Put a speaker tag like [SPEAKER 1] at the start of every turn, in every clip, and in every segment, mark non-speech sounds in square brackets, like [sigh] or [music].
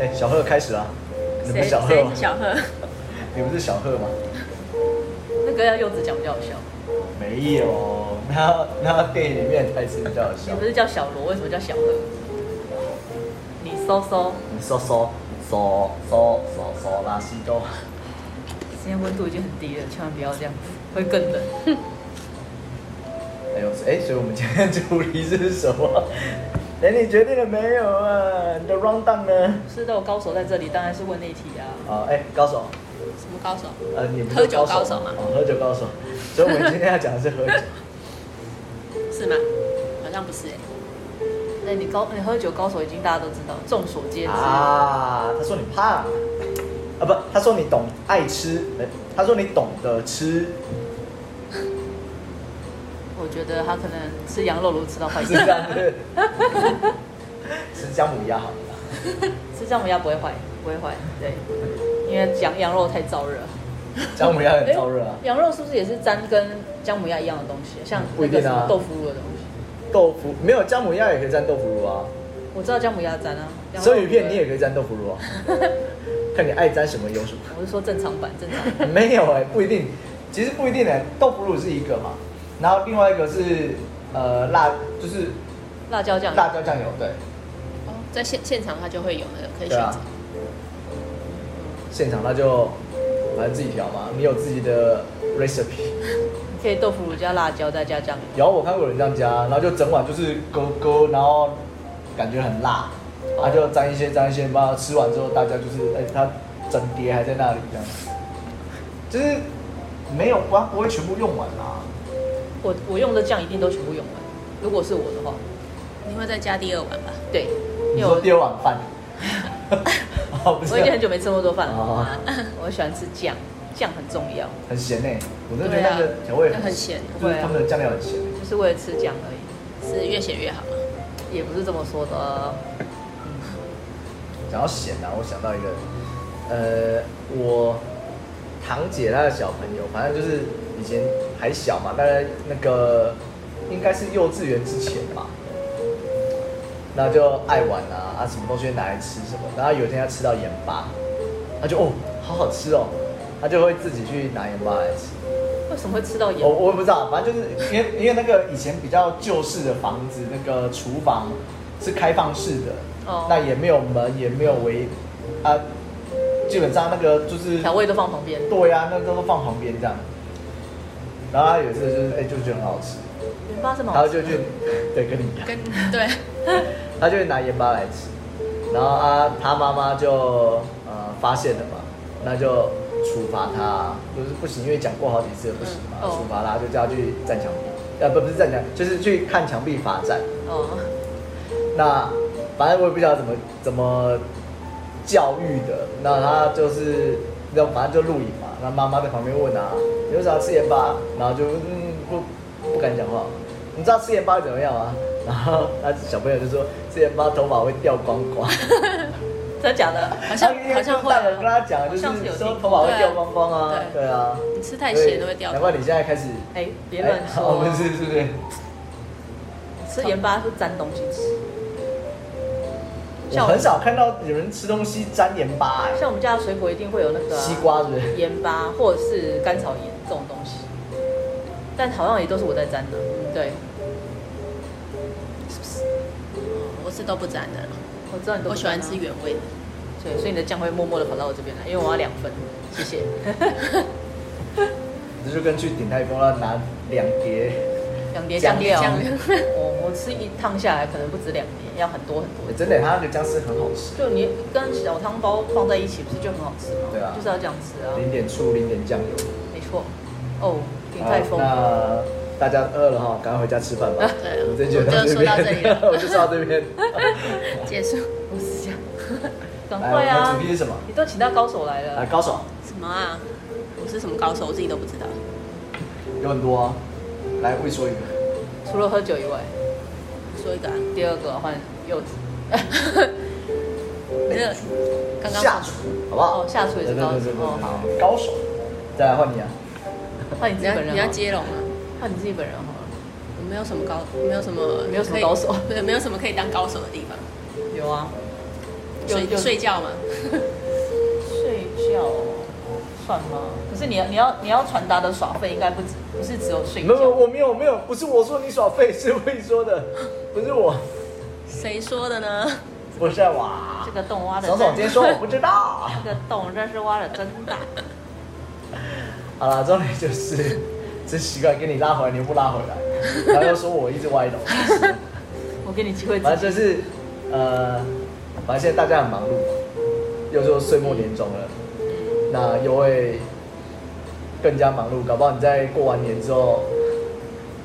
[SPEAKER 1] 哎，小贺开始啊！你们
[SPEAKER 2] 谁
[SPEAKER 1] 是小贺
[SPEAKER 2] 谁
[SPEAKER 1] 吗
[SPEAKER 2] 是？小贺？ [laughs]
[SPEAKER 1] 你们是小贺吗？
[SPEAKER 2] 那个要柚子讲比较好笑。
[SPEAKER 1] 没有，那那电影里面的台词比较好
[SPEAKER 2] 你
[SPEAKER 1] 笑
[SPEAKER 2] 不。是叫小罗，为什么叫小贺？你搜搜，
[SPEAKER 1] 你说说说说说说拉西多，
[SPEAKER 2] 今天温度已经很低了，千万不要这样子，会更冷。
[SPEAKER 1] 哎呦，哎，所以我们今天的主题是什么？ [laughs] 哎，你决定了没有啊？你的 round down 呢？
[SPEAKER 2] 是都有高手在这里，当然是问那题啊。
[SPEAKER 1] 啊，哎，高手，
[SPEAKER 3] 什么高手？
[SPEAKER 1] 呃，你们
[SPEAKER 3] 喝酒
[SPEAKER 1] 高
[SPEAKER 3] 高手嘛
[SPEAKER 1] 哦，喝酒高手。所以我们今天要讲的是喝酒。
[SPEAKER 3] 是吗？好像不是哎、
[SPEAKER 2] 那你高你喝酒高手已经大家都知道，众所皆知。
[SPEAKER 1] 啊，他说你胖，啊不，他说你懂爱吃，哎、他说你懂得吃，
[SPEAKER 2] 我觉得他可能吃羊肉炉吃到坏
[SPEAKER 1] 是这，
[SPEAKER 2] 掉
[SPEAKER 1] 样子。吃姜母鸭好了，
[SPEAKER 2] 吃姜母鸭不会坏，不会坏。对，因为羊羊肉太燥热。
[SPEAKER 1] 姜母鸭很燥热啊。
[SPEAKER 2] 诶哎羊肉是不是也是沾跟姜母鸭一样的东西？像
[SPEAKER 1] 不
[SPEAKER 2] 那
[SPEAKER 1] 一定
[SPEAKER 2] 个什
[SPEAKER 1] 啊
[SPEAKER 2] 么豆腐乳的东西。
[SPEAKER 1] [laughs] 豆腐没有姜母鸭也可以蘸豆腐乳啊，
[SPEAKER 2] 我知道姜母鸭沾啊，羊肉
[SPEAKER 1] 生鱼片
[SPEAKER 2] 不
[SPEAKER 1] 你
[SPEAKER 2] 会
[SPEAKER 1] 也可以蘸豆腐 [laughs] 乳啊，看你爱沾什么有什么。
[SPEAKER 2] 我是说正常版，正常版。
[SPEAKER 1] [laughs] 没有哎、不一定，其实不一定哎、豆腐乳是一个嘛，然后另外一个是呃辣，就是
[SPEAKER 2] 辣椒酱。
[SPEAKER 1] [laughs] 辣椒酱油，对，
[SPEAKER 3] 哦，在现现场它就会有那个可以
[SPEAKER 1] 对
[SPEAKER 3] 选
[SPEAKER 1] 啊
[SPEAKER 3] 择。，
[SPEAKER 1] 现场他就反正自己调嘛，你有自己的 recipe。
[SPEAKER 2] 可以豆腐乳加辣椒再加酱油。
[SPEAKER 1] 然后我看过有人这样加，然后就整碗就是勾勾，然后感觉很辣，他就沾一些沾一些，然后吃完之后大家就是哎，他整碟还在那里这样，就是没有它不会全部用完啦、
[SPEAKER 2] 我我用的酱一定都全部用完，如果是我的话，
[SPEAKER 3] 你会再加第二碗吧？
[SPEAKER 2] 对，
[SPEAKER 1] 你
[SPEAKER 2] 因为
[SPEAKER 1] 说
[SPEAKER 2] 我
[SPEAKER 1] 第二碗饭，哦不是
[SPEAKER 2] 我已经很久没吃那么多饭了，
[SPEAKER 1] 哦
[SPEAKER 2] [laughs] 我喜欢吃酱，酱很重要，
[SPEAKER 1] 很咸呢、我真的觉得那个调味
[SPEAKER 3] 那很咸，
[SPEAKER 1] 就是他们的酱料很咸、
[SPEAKER 2] 就是为了吃酱而已，
[SPEAKER 3] 是越咸越好嘛？
[SPEAKER 2] 也不是这么说的。啊
[SPEAKER 1] 讲到咸啊，我想到一个，呃，我堂姐她的小朋友，反正就是以前还小嘛，大概那个应该是幼稚园之前吧，那就爱玩啊，啊什么东西拿来吃什么，然后有一天她吃到盐巴，她就哦好好吃哦，她就会自己去拿盐巴来吃。
[SPEAKER 2] 为什么会吃到
[SPEAKER 1] 我
[SPEAKER 2] 盐？
[SPEAKER 1] 我也不知道，反正就是因为因为那个以前比较旧式的房子，那个厨房是开放式的，
[SPEAKER 2] 哦
[SPEAKER 1] 那也没有门，也没有围，啊，基本上那个就是
[SPEAKER 2] 调味都放旁边，
[SPEAKER 1] 对呀、那个都放旁边这样。然后他有一次就是哎、就觉得很好吃，
[SPEAKER 2] 盐巴是蛮
[SPEAKER 1] 然后
[SPEAKER 2] 好吃
[SPEAKER 1] 就
[SPEAKER 2] 的
[SPEAKER 1] 去对跟你一样，
[SPEAKER 3] 跟对，
[SPEAKER 1] 他就会拿盐巴来吃，然后啊他妈妈就呃发现了嘛，那就处罚他，就是不行，因为讲过好几次了不行嘛，
[SPEAKER 2] 嗯哦
[SPEAKER 1] 处罚他就叫他去站墙壁，呃不不是站墙，就是去看墙壁罚站。
[SPEAKER 2] 哦，
[SPEAKER 1] 那反正我也不晓得怎么怎么教育的，那他就是那反正就录影嘛，那妈妈在旁边问啊，你为啥吃盐巴？然后就嗯不不敢讲话，你知道吃盐巴会怎么样吗？然后那小朋友就说吃盐巴头发会掉光光，
[SPEAKER 2] 真的假的？
[SPEAKER 3] 好
[SPEAKER 1] [laughs]
[SPEAKER 3] 像
[SPEAKER 1] 因为
[SPEAKER 3] 好像
[SPEAKER 1] 就是
[SPEAKER 3] 会
[SPEAKER 1] 哎大人跟
[SPEAKER 3] 啊。
[SPEAKER 1] 他讲，就是
[SPEAKER 2] 好像是有听
[SPEAKER 1] 说
[SPEAKER 2] 过
[SPEAKER 1] 头发会掉光光啊，
[SPEAKER 3] 对
[SPEAKER 1] 对啊，
[SPEAKER 3] 你吃太咸都会掉
[SPEAKER 1] 难。怪你现在开始
[SPEAKER 2] 哎，别
[SPEAKER 1] [laughs]
[SPEAKER 2] 乱
[SPEAKER 1] 哎我
[SPEAKER 2] 说
[SPEAKER 1] 们，是是不是？
[SPEAKER 2] 吃盐巴是沾东西吃，
[SPEAKER 1] 我
[SPEAKER 2] 像我
[SPEAKER 1] 很少看到有人吃东西沾盐巴、哎
[SPEAKER 2] 像我们家的水果一定会有那个啊
[SPEAKER 1] 西瓜是不是？
[SPEAKER 2] 盐巴或者是甘草盐这种东西，但好像也都是我在沾的。嗯对，
[SPEAKER 3] 嗯我是都不沾的啦，
[SPEAKER 2] 我知道你都、啊
[SPEAKER 3] 我喜欢吃，原味的。
[SPEAKER 2] 对，所以你的酱会默默的跑到我这边来，因为我要两
[SPEAKER 3] [laughs]
[SPEAKER 2] 份，谢谢。
[SPEAKER 1] 这就跟去鼎泰丰那拿两碟，
[SPEAKER 2] 两碟
[SPEAKER 1] 酱
[SPEAKER 2] 酱料， [laughs]
[SPEAKER 3] 酱料
[SPEAKER 2] 我我吃一趟下来可能不止两碟，要很多很多
[SPEAKER 1] 欸。真的，他那个姜丝很好吃，
[SPEAKER 2] 就你跟小汤包放在一起，不是就很好吃吗？
[SPEAKER 1] 对啊
[SPEAKER 2] 就是要这样吃啊，
[SPEAKER 1] 淋点醋，淋点酱油。
[SPEAKER 2] 没错。哦，鼎泰丰，
[SPEAKER 1] 好那大家饿了哈，赶快回家吃饭吧。
[SPEAKER 3] 对啊
[SPEAKER 1] 我这就到
[SPEAKER 3] 我就
[SPEAKER 1] 这
[SPEAKER 3] 说到这里
[SPEAKER 1] 边，[laughs]
[SPEAKER 3] 了
[SPEAKER 1] 我就说到这边。
[SPEAKER 3] 结束
[SPEAKER 2] 不是这样， [laughs] 赶
[SPEAKER 1] 来，
[SPEAKER 2] 快
[SPEAKER 1] 我
[SPEAKER 2] 啊
[SPEAKER 1] 们！主题是什么？
[SPEAKER 2] 你都请到高手来
[SPEAKER 1] 来，
[SPEAKER 2] 了，
[SPEAKER 1] 高手
[SPEAKER 3] 什么啊？我是什么高手，我自己都不知道。
[SPEAKER 1] 有很多啊。来，会说一个，
[SPEAKER 2] 除了喝酒以外，
[SPEAKER 3] 说一个啊，
[SPEAKER 2] 第二个换柚
[SPEAKER 3] [laughs]
[SPEAKER 2] 子。
[SPEAKER 3] 那个刚刚
[SPEAKER 1] 下厨，好不好？
[SPEAKER 2] 哦下厨也是高手
[SPEAKER 1] 对对对对对
[SPEAKER 2] 哦好
[SPEAKER 1] 高手。再来换你啊，
[SPEAKER 2] 换你自
[SPEAKER 3] 你
[SPEAKER 2] 己
[SPEAKER 3] 要
[SPEAKER 2] 本人
[SPEAKER 3] 你要
[SPEAKER 2] 好了
[SPEAKER 3] 接龙啊？
[SPEAKER 2] 换你自己本人好了。
[SPEAKER 3] 我没有什 [laughs] 么高，没有什么
[SPEAKER 2] 没有什么
[SPEAKER 3] 可以
[SPEAKER 2] 高手，
[SPEAKER 3] 对，没有什么可以当高手的地方。
[SPEAKER 2] 有啊，有
[SPEAKER 3] 睡
[SPEAKER 2] 有
[SPEAKER 3] 睡觉嘛，
[SPEAKER 2] 睡觉哦算吗？可是你要你要你要传达的耍废应该不止不是只有睡
[SPEAKER 1] 没有没有，
[SPEAKER 2] 觉，
[SPEAKER 1] 我没有没有，不是我说你耍废，是会说的，不是我，
[SPEAKER 3] 谁说的呢？
[SPEAKER 1] 不是啊我
[SPEAKER 2] 这。个洞挖的
[SPEAKER 1] 总总监说我不知道。
[SPEAKER 2] [laughs] 这个洞真是挖的真大。
[SPEAKER 1] [laughs] 好了，重点就是 [laughs] 真奇怪，给你拉回来，你又不拉回来，然后又说我一直歪楼。
[SPEAKER 2] 我给你机会自
[SPEAKER 1] 反
[SPEAKER 2] 己
[SPEAKER 1] 正就是呃，反正现在大家很忙碌嘛，又说岁末年终了，那又会更加忙碌，搞不好你在过完年之后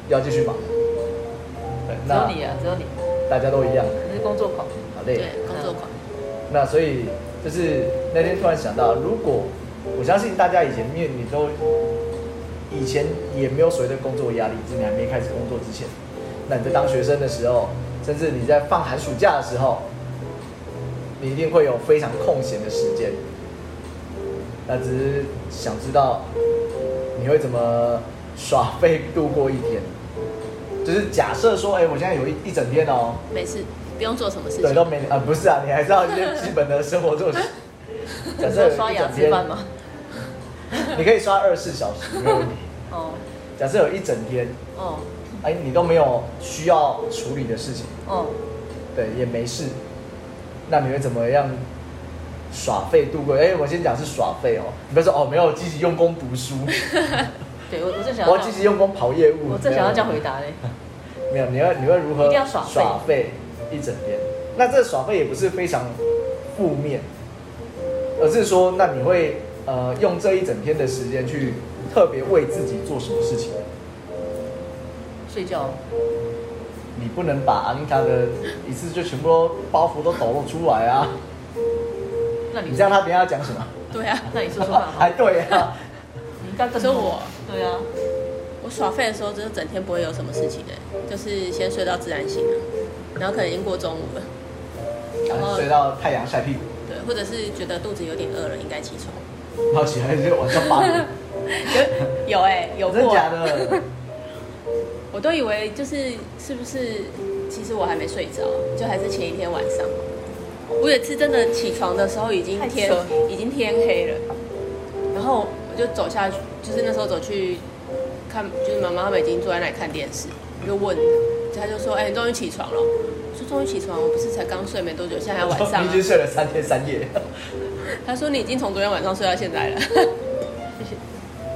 [SPEAKER 1] 要继续忙。对，
[SPEAKER 2] 只有
[SPEAKER 1] 那
[SPEAKER 2] 你啊，只有你，
[SPEAKER 1] 大家都一样，
[SPEAKER 2] 你是工作狂。
[SPEAKER 1] 好累。
[SPEAKER 3] 对，工作狂，
[SPEAKER 1] 那所以就是那天突然想到，如果我相信大家以前面临都以前也没有所谓的工作压力，就是你还没开始工作之前，那你在当学生的时候，甚至你在放寒暑假的时候，你一定会有非常空闲的时间。那只是想知道你会怎么耍废度过一天，就是假设说，哎、我现在有一一整天哦，
[SPEAKER 3] 没事，不用做什么事
[SPEAKER 1] 对，
[SPEAKER 3] 情。
[SPEAKER 1] 都没啊，不是啊，你还是要一些基本的生活
[SPEAKER 2] [laughs]
[SPEAKER 1] 作息。假
[SPEAKER 2] 你
[SPEAKER 1] 设
[SPEAKER 2] 说
[SPEAKER 1] 有
[SPEAKER 2] 刷
[SPEAKER 1] 一
[SPEAKER 2] 牙
[SPEAKER 1] 整
[SPEAKER 2] 吃
[SPEAKER 1] 天
[SPEAKER 2] 饭吗？？
[SPEAKER 1] [laughs] 你可以刷二十四小时没有问
[SPEAKER 2] [laughs]
[SPEAKER 1] 题。
[SPEAKER 2] 哦
[SPEAKER 1] 假设有一整天，
[SPEAKER 2] 哦
[SPEAKER 1] 哎，你都没有需要处理的事情，
[SPEAKER 2] 哦，
[SPEAKER 1] 对，也没事，那你会怎么样耍废度过？哎，我先讲是耍废哦，你不要说哦，没有积极用功读
[SPEAKER 2] [laughs]
[SPEAKER 1] 书，
[SPEAKER 2] 对我我正想
[SPEAKER 1] 我
[SPEAKER 2] 要
[SPEAKER 1] 要
[SPEAKER 2] 这
[SPEAKER 1] 积极
[SPEAKER 2] 样，
[SPEAKER 1] 用功跑业务。
[SPEAKER 2] 我正想要这样
[SPEAKER 1] 没有
[SPEAKER 2] 回答嘞。
[SPEAKER 1] 没有，你会你会如何
[SPEAKER 2] 一定要耍废
[SPEAKER 1] 废一整天？那这耍废也不是非常负面，而是说，那你会呃用这一整天的时间去特别为自己做什么事情？
[SPEAKER 2] 睡觉，
[SPEAKER 1] 你不能把阿妮塔的一次就全部都包袱都抖露出来
[SPEAKER 2] [laughs]
[SPEAKER 1] 啊！
[SPEAKER 2] 那你
[SPEAKER 1] 你这样他等一下要讲什么？
[SPEAKER 3] [laughs] 对啊，
[SPEAKER 2] 那你说
[SPEAKER 1] [laughs]
[SPEAKER 2] 说看好
[SPEAKER 1] 哎，，对啊，
[SPEAKER 2] 你应该更
[SPEAKER 3] 说
[SPEAKER 2] 多
[SPEAKER 3] 我
[SPEAKER 2] 对啊，
[SPEAKER 3] 我耍废的时候，就是整天不会有什么事情的、就是先睡到自然醒啊，然后可能已经过中午了，
[SPEAKER 1] 然后睡到太阳晒屁股，
[SPEAKER 3] 对，或者是觉得肚子有点饿了，应该起床。
[SPEAKER 1] 然后起来就晚上
[SPEAKER 2] [laughs]
[SPEAKER 1] 八点，
[SPEAKER 3] 有哎、有
[SPEAKER 1] 真
[SPEAKER 3] 过，
[SPEAKER 1] 假的？
[SPEAKER 3] 我都以为就是是不是，其实我还没睡着，就还是前一天晚上。我有一次真的起床的时候已经
[SPEAKER 2] 太扯
[SPEAKER 3] 天已经天黑了，然后我就走下去，就是那时候走去看，就是妈妈他们已经坐在那里看电视，我就问她，她就说：“哎、你终于起床了。”我说：“终于起床，我不是才刚睡没多久，现在还晚
[SPEAKER 1] [laughs]
[SPEAKER 3] 上、
[SPEAKER 1] 你已
[SPEAKER 3] 啊
[SPEAKER 1] 经。睡了三天三夜，”
[SPEAKER 3] 她说：“你已经从昨天晚上睡到现在了。
[SPEAKER 2] 谢谢。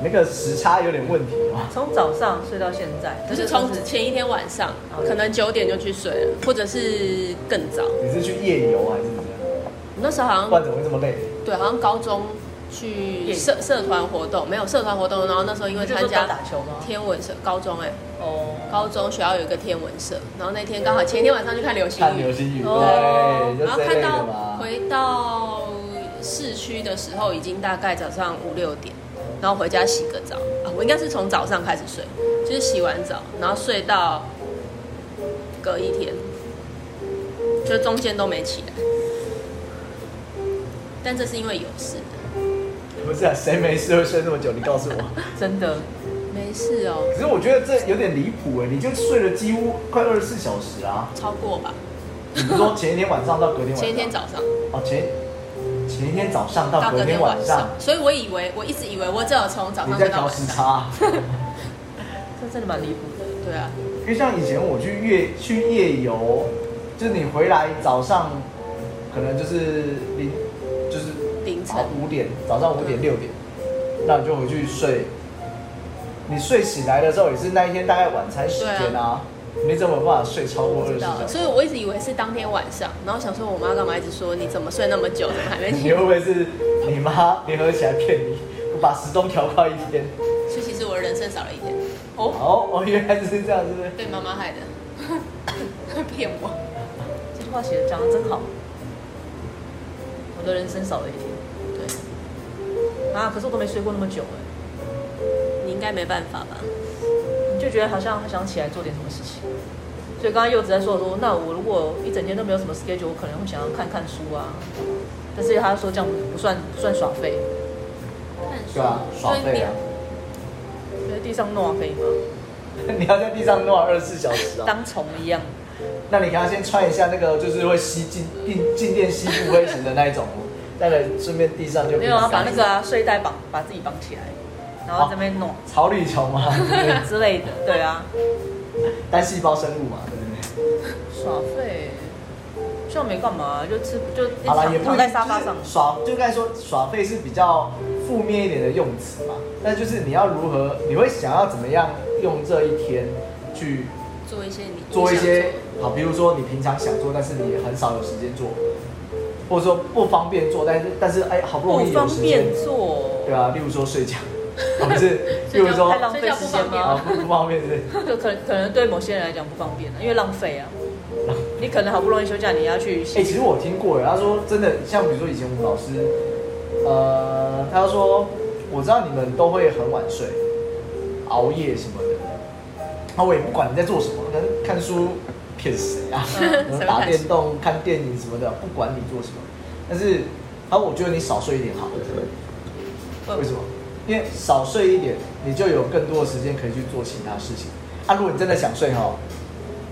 [SPEAKER 1] 那个时差有点问题哦。
[SPEAKER 2] 从早上睡到现在”，
[SPEAKER 3] 不是
[SPEAKER 2] 这就
[SPEAKER 3] 从前一天晚上
[SPEAKER 2] 哦，
[SPEAKER 3] 可能九点就去睡了，或者是更早。
[SPEAKER 1] 你是去夜游还是怎么样？
[SPEAKER 3] 我那时候好像
[SPEAKER 1] 不然怎么会这么累？
[SPEAKER 3] 对，好像高中去
[SPEAKER 2] 夜
[SPEAKER 3] 社社团活动，没有社团活动，然后那时候因为
[SPEAKER 2] 你就
[SPEAKER 3] 参
[SPEAKER 2] 说打
[SPEAKER 3] 加
[SPEAKER 2] 打球吗？
[SPEAKER 3] 天文社，高中哎、
[SPEAKER 2] 哦，
[SPEAKER 3] 高中学校有一个天文社，然后那天刚好前一天晚上去看流星
[SPEAKER 1] 看流
[SPEAKER 3] 雨，
[SPEAKER 1] 星雨，
[SPEAKER 2] 哦
[SPEAKER 1] 对，就
[SPEAKER 3] 然后
[SPEAKER 1] 这
[SPEAKER 3] 看
[SPEAKER 1] 类的
[SPEAKER 3] 到
[SPEAKER 1] 嘛。
[SPEAKER 3] 回到市区的时候已经大概早上五六点，然后回家洗个澡啊，我应该是从早上开始睡，就是洗完澡然后睡到隔一天，就中间都没起来，但这是因为有事。
[SPEAKER 1] 不是啊，谁没事会睡那么久？你告诉我。
[SPEAKER 2] 真的，
[SPEAKER 3] 没事哦，
[SPEAKER 1] 可是我觉得这有点离谱哎，你就睡了几乎快二十四小时啊！
[SPEAKER 3] 超过吧，
[SPEAKER 1] 你不是说前一天晚上到隔天晚上？
[SPEAKER 3] 前一天早上
[SPEAKER 1] 哦，前前一天早上到隔啊天晚上，，
[SPEAKER 3] 所以我以为我一直以为我只有从早
[SPEAKER 1] 你
[SPEAKER 3] 上
[SPEAKER 1] 在
[SPEAKER 3] 睡到
[SPEAKER 1] 调
[SPEAKER 3] 晚
[SPEAKER 1] 时
[SPEAKER 3] 上， [laughs]
[SPEAKER 1] 差。
[SPEAKER 2] 这真的蛮离谱的。
[SPEAKER 3] 对啊，
[SPEAKER 1] 因为像以前我去夜去夜游，就是你回来早上可能就是零就是
[SPEAKER 3] 凌晨
[SPEAKER 1] 好五点，早上五点六点，那你就回去睡。你睡醒来的时候也是那一天大概晚餐时间
[SPEAKER 3] 对
[SPEAKER 1] 啊，你怎么有办法睡超过
[SPEAKER 3] 我
[SPEAKER 1] 二十
[SPEAKER 3] 知道
[SPEAKER 1] 小
[SPEAKER 3] 了，
[SPEAKER 1] 时？
[SPEAKER 3] 所以我一直以为是当天晚上，然后想说我妈干嘛一直说你怎么睡那么久，怎么还
[SPEAKER 1] [laughs]
[SPEAKER 3] 没
[SPEAKER 1] 你
[SPEAKER 3] 起
[SPEAKER 1] 会？不会是你妈联合起来骗你，把时钟调快一天？
[SPEAKER 3] 所以其实我的人生少了一天，哦，
[SPEAKER 1] 哦，哦，原来是这样，是不是？
[SPEAKER 3] 被妈妈害的， [laughs] 骗我，
[SPEAKER 2] 这句话写的讲的真好，我的人生少了一天
[SPEAKER 3] 对
[SPEAKER 2] 啊！可是我都没睡过那么久哎，
[SPEAKER 3] 你应该没办法吧？
[SPEAKER 2] 你就觉得好像很想起来做点什么事情。所以刚刚柚子在说说，那我如果一整天都没有什么 schedule，我可能会想要看看书啊。但是他说这样不算不算耍废，
[SPEAKER 1] 对啊，耍
[SPEAKER 3] 所以
[SPEAKER 1] 废啊！
[SPEAKER 3] 你
[SPEAKER 2] 在地上弄啊可以吗？
[SPEAKER 1] [laughs] 你要在地上弄完二十四小时啊？
[SPEAKER 2] 当虫一样，
[SPEAKER 1] 那你可能先穿一下那个就是会吸静静静电吸附灰尘的那一种，那个顺便地上就
[SPEAKER 2] 没有啊，把那个啊睡袋绑，把自己绑起来，然后这边弄
[SPEAKER 1] 草履虫嘛，
[SPEAKER 2] [laughs] 之类的，对啊，
[SPEAKER 1] 单细胞生物嘛，对不对？
[SPEAKER 2] 耍废，就没干嘛，就吃就一直
[SPEAKER 1] 好了，也
[SPEAKER 2] 哎躺
[SPEAKER 1] 不
[SPEAKER 2] 躺在沙发上
[SPEAKER 1] 就。是耍，就刚才说耍废是比较负面一点的用词嘛。那就是你要如何，你会想要怎么样用这一天去
[SPEAKER 3] 做一些你不
[SPEAKER 1] 做一些
[SPEAKER 3] 想做
[SPEAKER 1] 好，比如说你平常想做，但是你很少有时间做，或者说不方便做，但是但是哎，好不容
[SPEAKER 2] 不
[SPEAKER 1] 易有
[SPEAKER 2] 方
[SPEAKER 1] 时间
[SPEAKER 2] 便，做，
[SPEAKER 1] 对啊，例如说睡觉，哦不是，
[SPEAKER 2] [laughs]
[SPEAKER 1] 例如说
[SPEAKER 2] 太浪费时间
[SPEAKER 1] 啊
[SPEAKER 2] 吗？
[SPEAKER 1] 不不方便是不
[SPEAKER 2] 就可能可能对某些人来讲不方便啊，因为浪费啊。你可能好不容易休假，你要去
[SPEAKER 1] 是，哎，其实我听过，他说真的，像比如说以前我们老师，呃，他说我知道你们都会很晚睡，熬夜什么的，那我也不管你在做什么，可能看书骗谁啊？
[SPEAKER 3] 嗯
[SPEAKER 1] 打电动、看电影什么的，不管你做什么。但是，他我觉得你少睡一点好了。为什么？因为少睡一点，你就有更多的时间可以去做其他事情。啊，如果你真的想睡哈，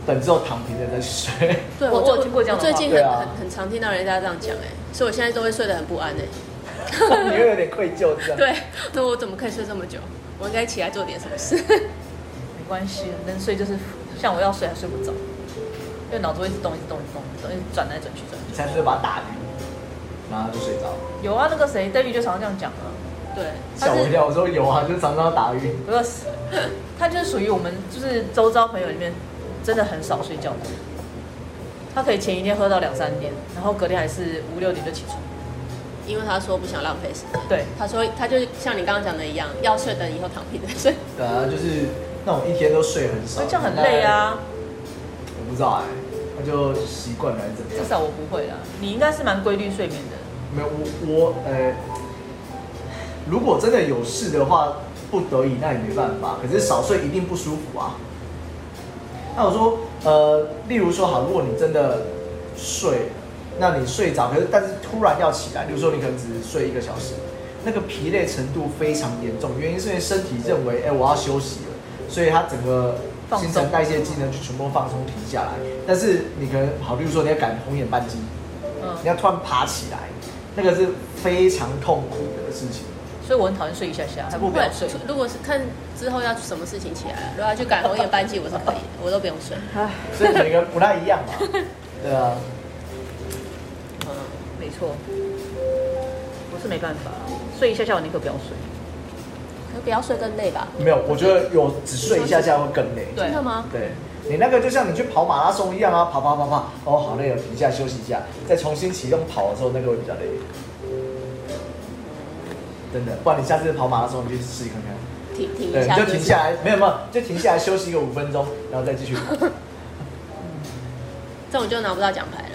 [SPEAKER 1] 等之后躺平了再睡。
[SPEAKER 3] 对，
[SPEAKER 2] 我
[SPEAKER 3] 我
[SPEAKER 2] 我有听过这样的
[SPEAKER 3] 我最
[SPEAKER 2] 话
[SPEAKER 3] 近
[SPEAKER 1] 对
[SPEAKER 3] 很、
[SPEAKER 1] 啊
[SPEAKER 3] 很很常听到人家这样讲哎、所以我现在都会睡得很不安哎、
[SPEAKER 1] 你
[SPEAKER 2] [laughs]
[SPEAKER 1] 会有点愧疚这样。
[SPEAKER 3] 对，那我怎么可以睡这么久？我应该起来做点什么
[SPEAKER 1] [laughs]
[SPEAKER 3] 事。
[SPEAKER 2] 没关系，能睡就是像我要睡还睡不着，因为脑子会一直动，一直动，一直动，一直动一直转来转去转来
[SPEAKER 1] 你
[SPEAKER 2] 转
[SPEAKER 1] 才是把它打晕，然后就睡着。
[SPEAKER 2] 去。有啊，那个谁，David 就常常这样讲啊，
[SPEAKER 3] 对，
[SPEAKER 2] 他
[SPEAKER 1] 吓
[SPEAKER 2] 是
[SPEAKER 1] 我一跳，我说有啊，就常常打晕。
[SPEAKER 2] 不要死，他就是属于我们就是周遭朋友里面真的很少睡觉的，他可以前一天喝到两三点，然后隔天还是五六点就起床。
[SPEAKER 3] 因为他说不想浪费时间。
[SPEAKER 2] 对，
[SPEAKER 3] 他说他就像你刚刚讲的一样，要睡等以后躺平再睡。
[SPEAKER 1] 对啊，就是那种一天都睡很少
[SPEAKER 2] 所以，这样很累啊。
[SPEAKER 1] 大概。我不知道哎、那就习惯了还是怎么样
[SPEAKER 2] 至？少我不会啦，你应该是蛮规律睡眠的。
[SPEAKER 1] 没有，我我呃，如果真的有事的话，不得已那也没办法。可是少睡一定不舒服啊。那我说，呃，例如说好，如果你真的睡，那你睡着，可是但是突然要起来，比如说你可能只睡一个小时，那个疲累程度非常严重，原因是因为身体认为，哎、我要休息了，所以它整个
[SPEAKER 2] 放松
[SPEAKER 1] 新陈代谢机能就全部放松停下来。但是你可能好，例如说你要赶红眼班机，
[SPEAKER 2] 嗯，
[SPEAKER 1] 你要突然爬起来，那个是非常痛苦的事情。
[SPEAKER 2] 所以我很讨厌睡一下下，还不如不要睡。
[SPEAKER 3] 如果是看之后要什么事情起来了，如果要去赶红眼班机，我是可以的，我都不用睡。
[SPEAKER 2] 唉，
[SPEAKER 1] 所以每个人不太一样
[SPEAKER 2] [laughs]
[SPEAKER 1] 嘛。对啊，
[SPEAKER 3] 嗯，
[SPEAKER 2] 没错，我是没办法，睡一下下我宁可不要睡。
[SPEAKER 3] 可是不要睡更累吧？
[SPEAKER 1] 没有，我觉得有只睡一下下会更累。
[SPEAKER 2] 对
[SPEAKER 3] 真的吗？
[SPEAKER 1] 对，你那个就像你去跑马拉松一样啊，跑跑跑跑，哦，好累了，停下休息一下，再重新启动跑的时候，那个会比较累。真的，不然你下次跑马拉松，你去试看看。
[SPEAKER 3] 停停
[SPEAKER 1] 对，
[SPEAKER 3] 一下，
[SPEAKER 1] 你就停下。来，没有没有，就停下来休息个五分钟，然后再
[SPEAKER 2] [laughs]
[SPEAKER 1] 继续跑。
[SPEAKER 3] 这种就拿不到奖牌了。？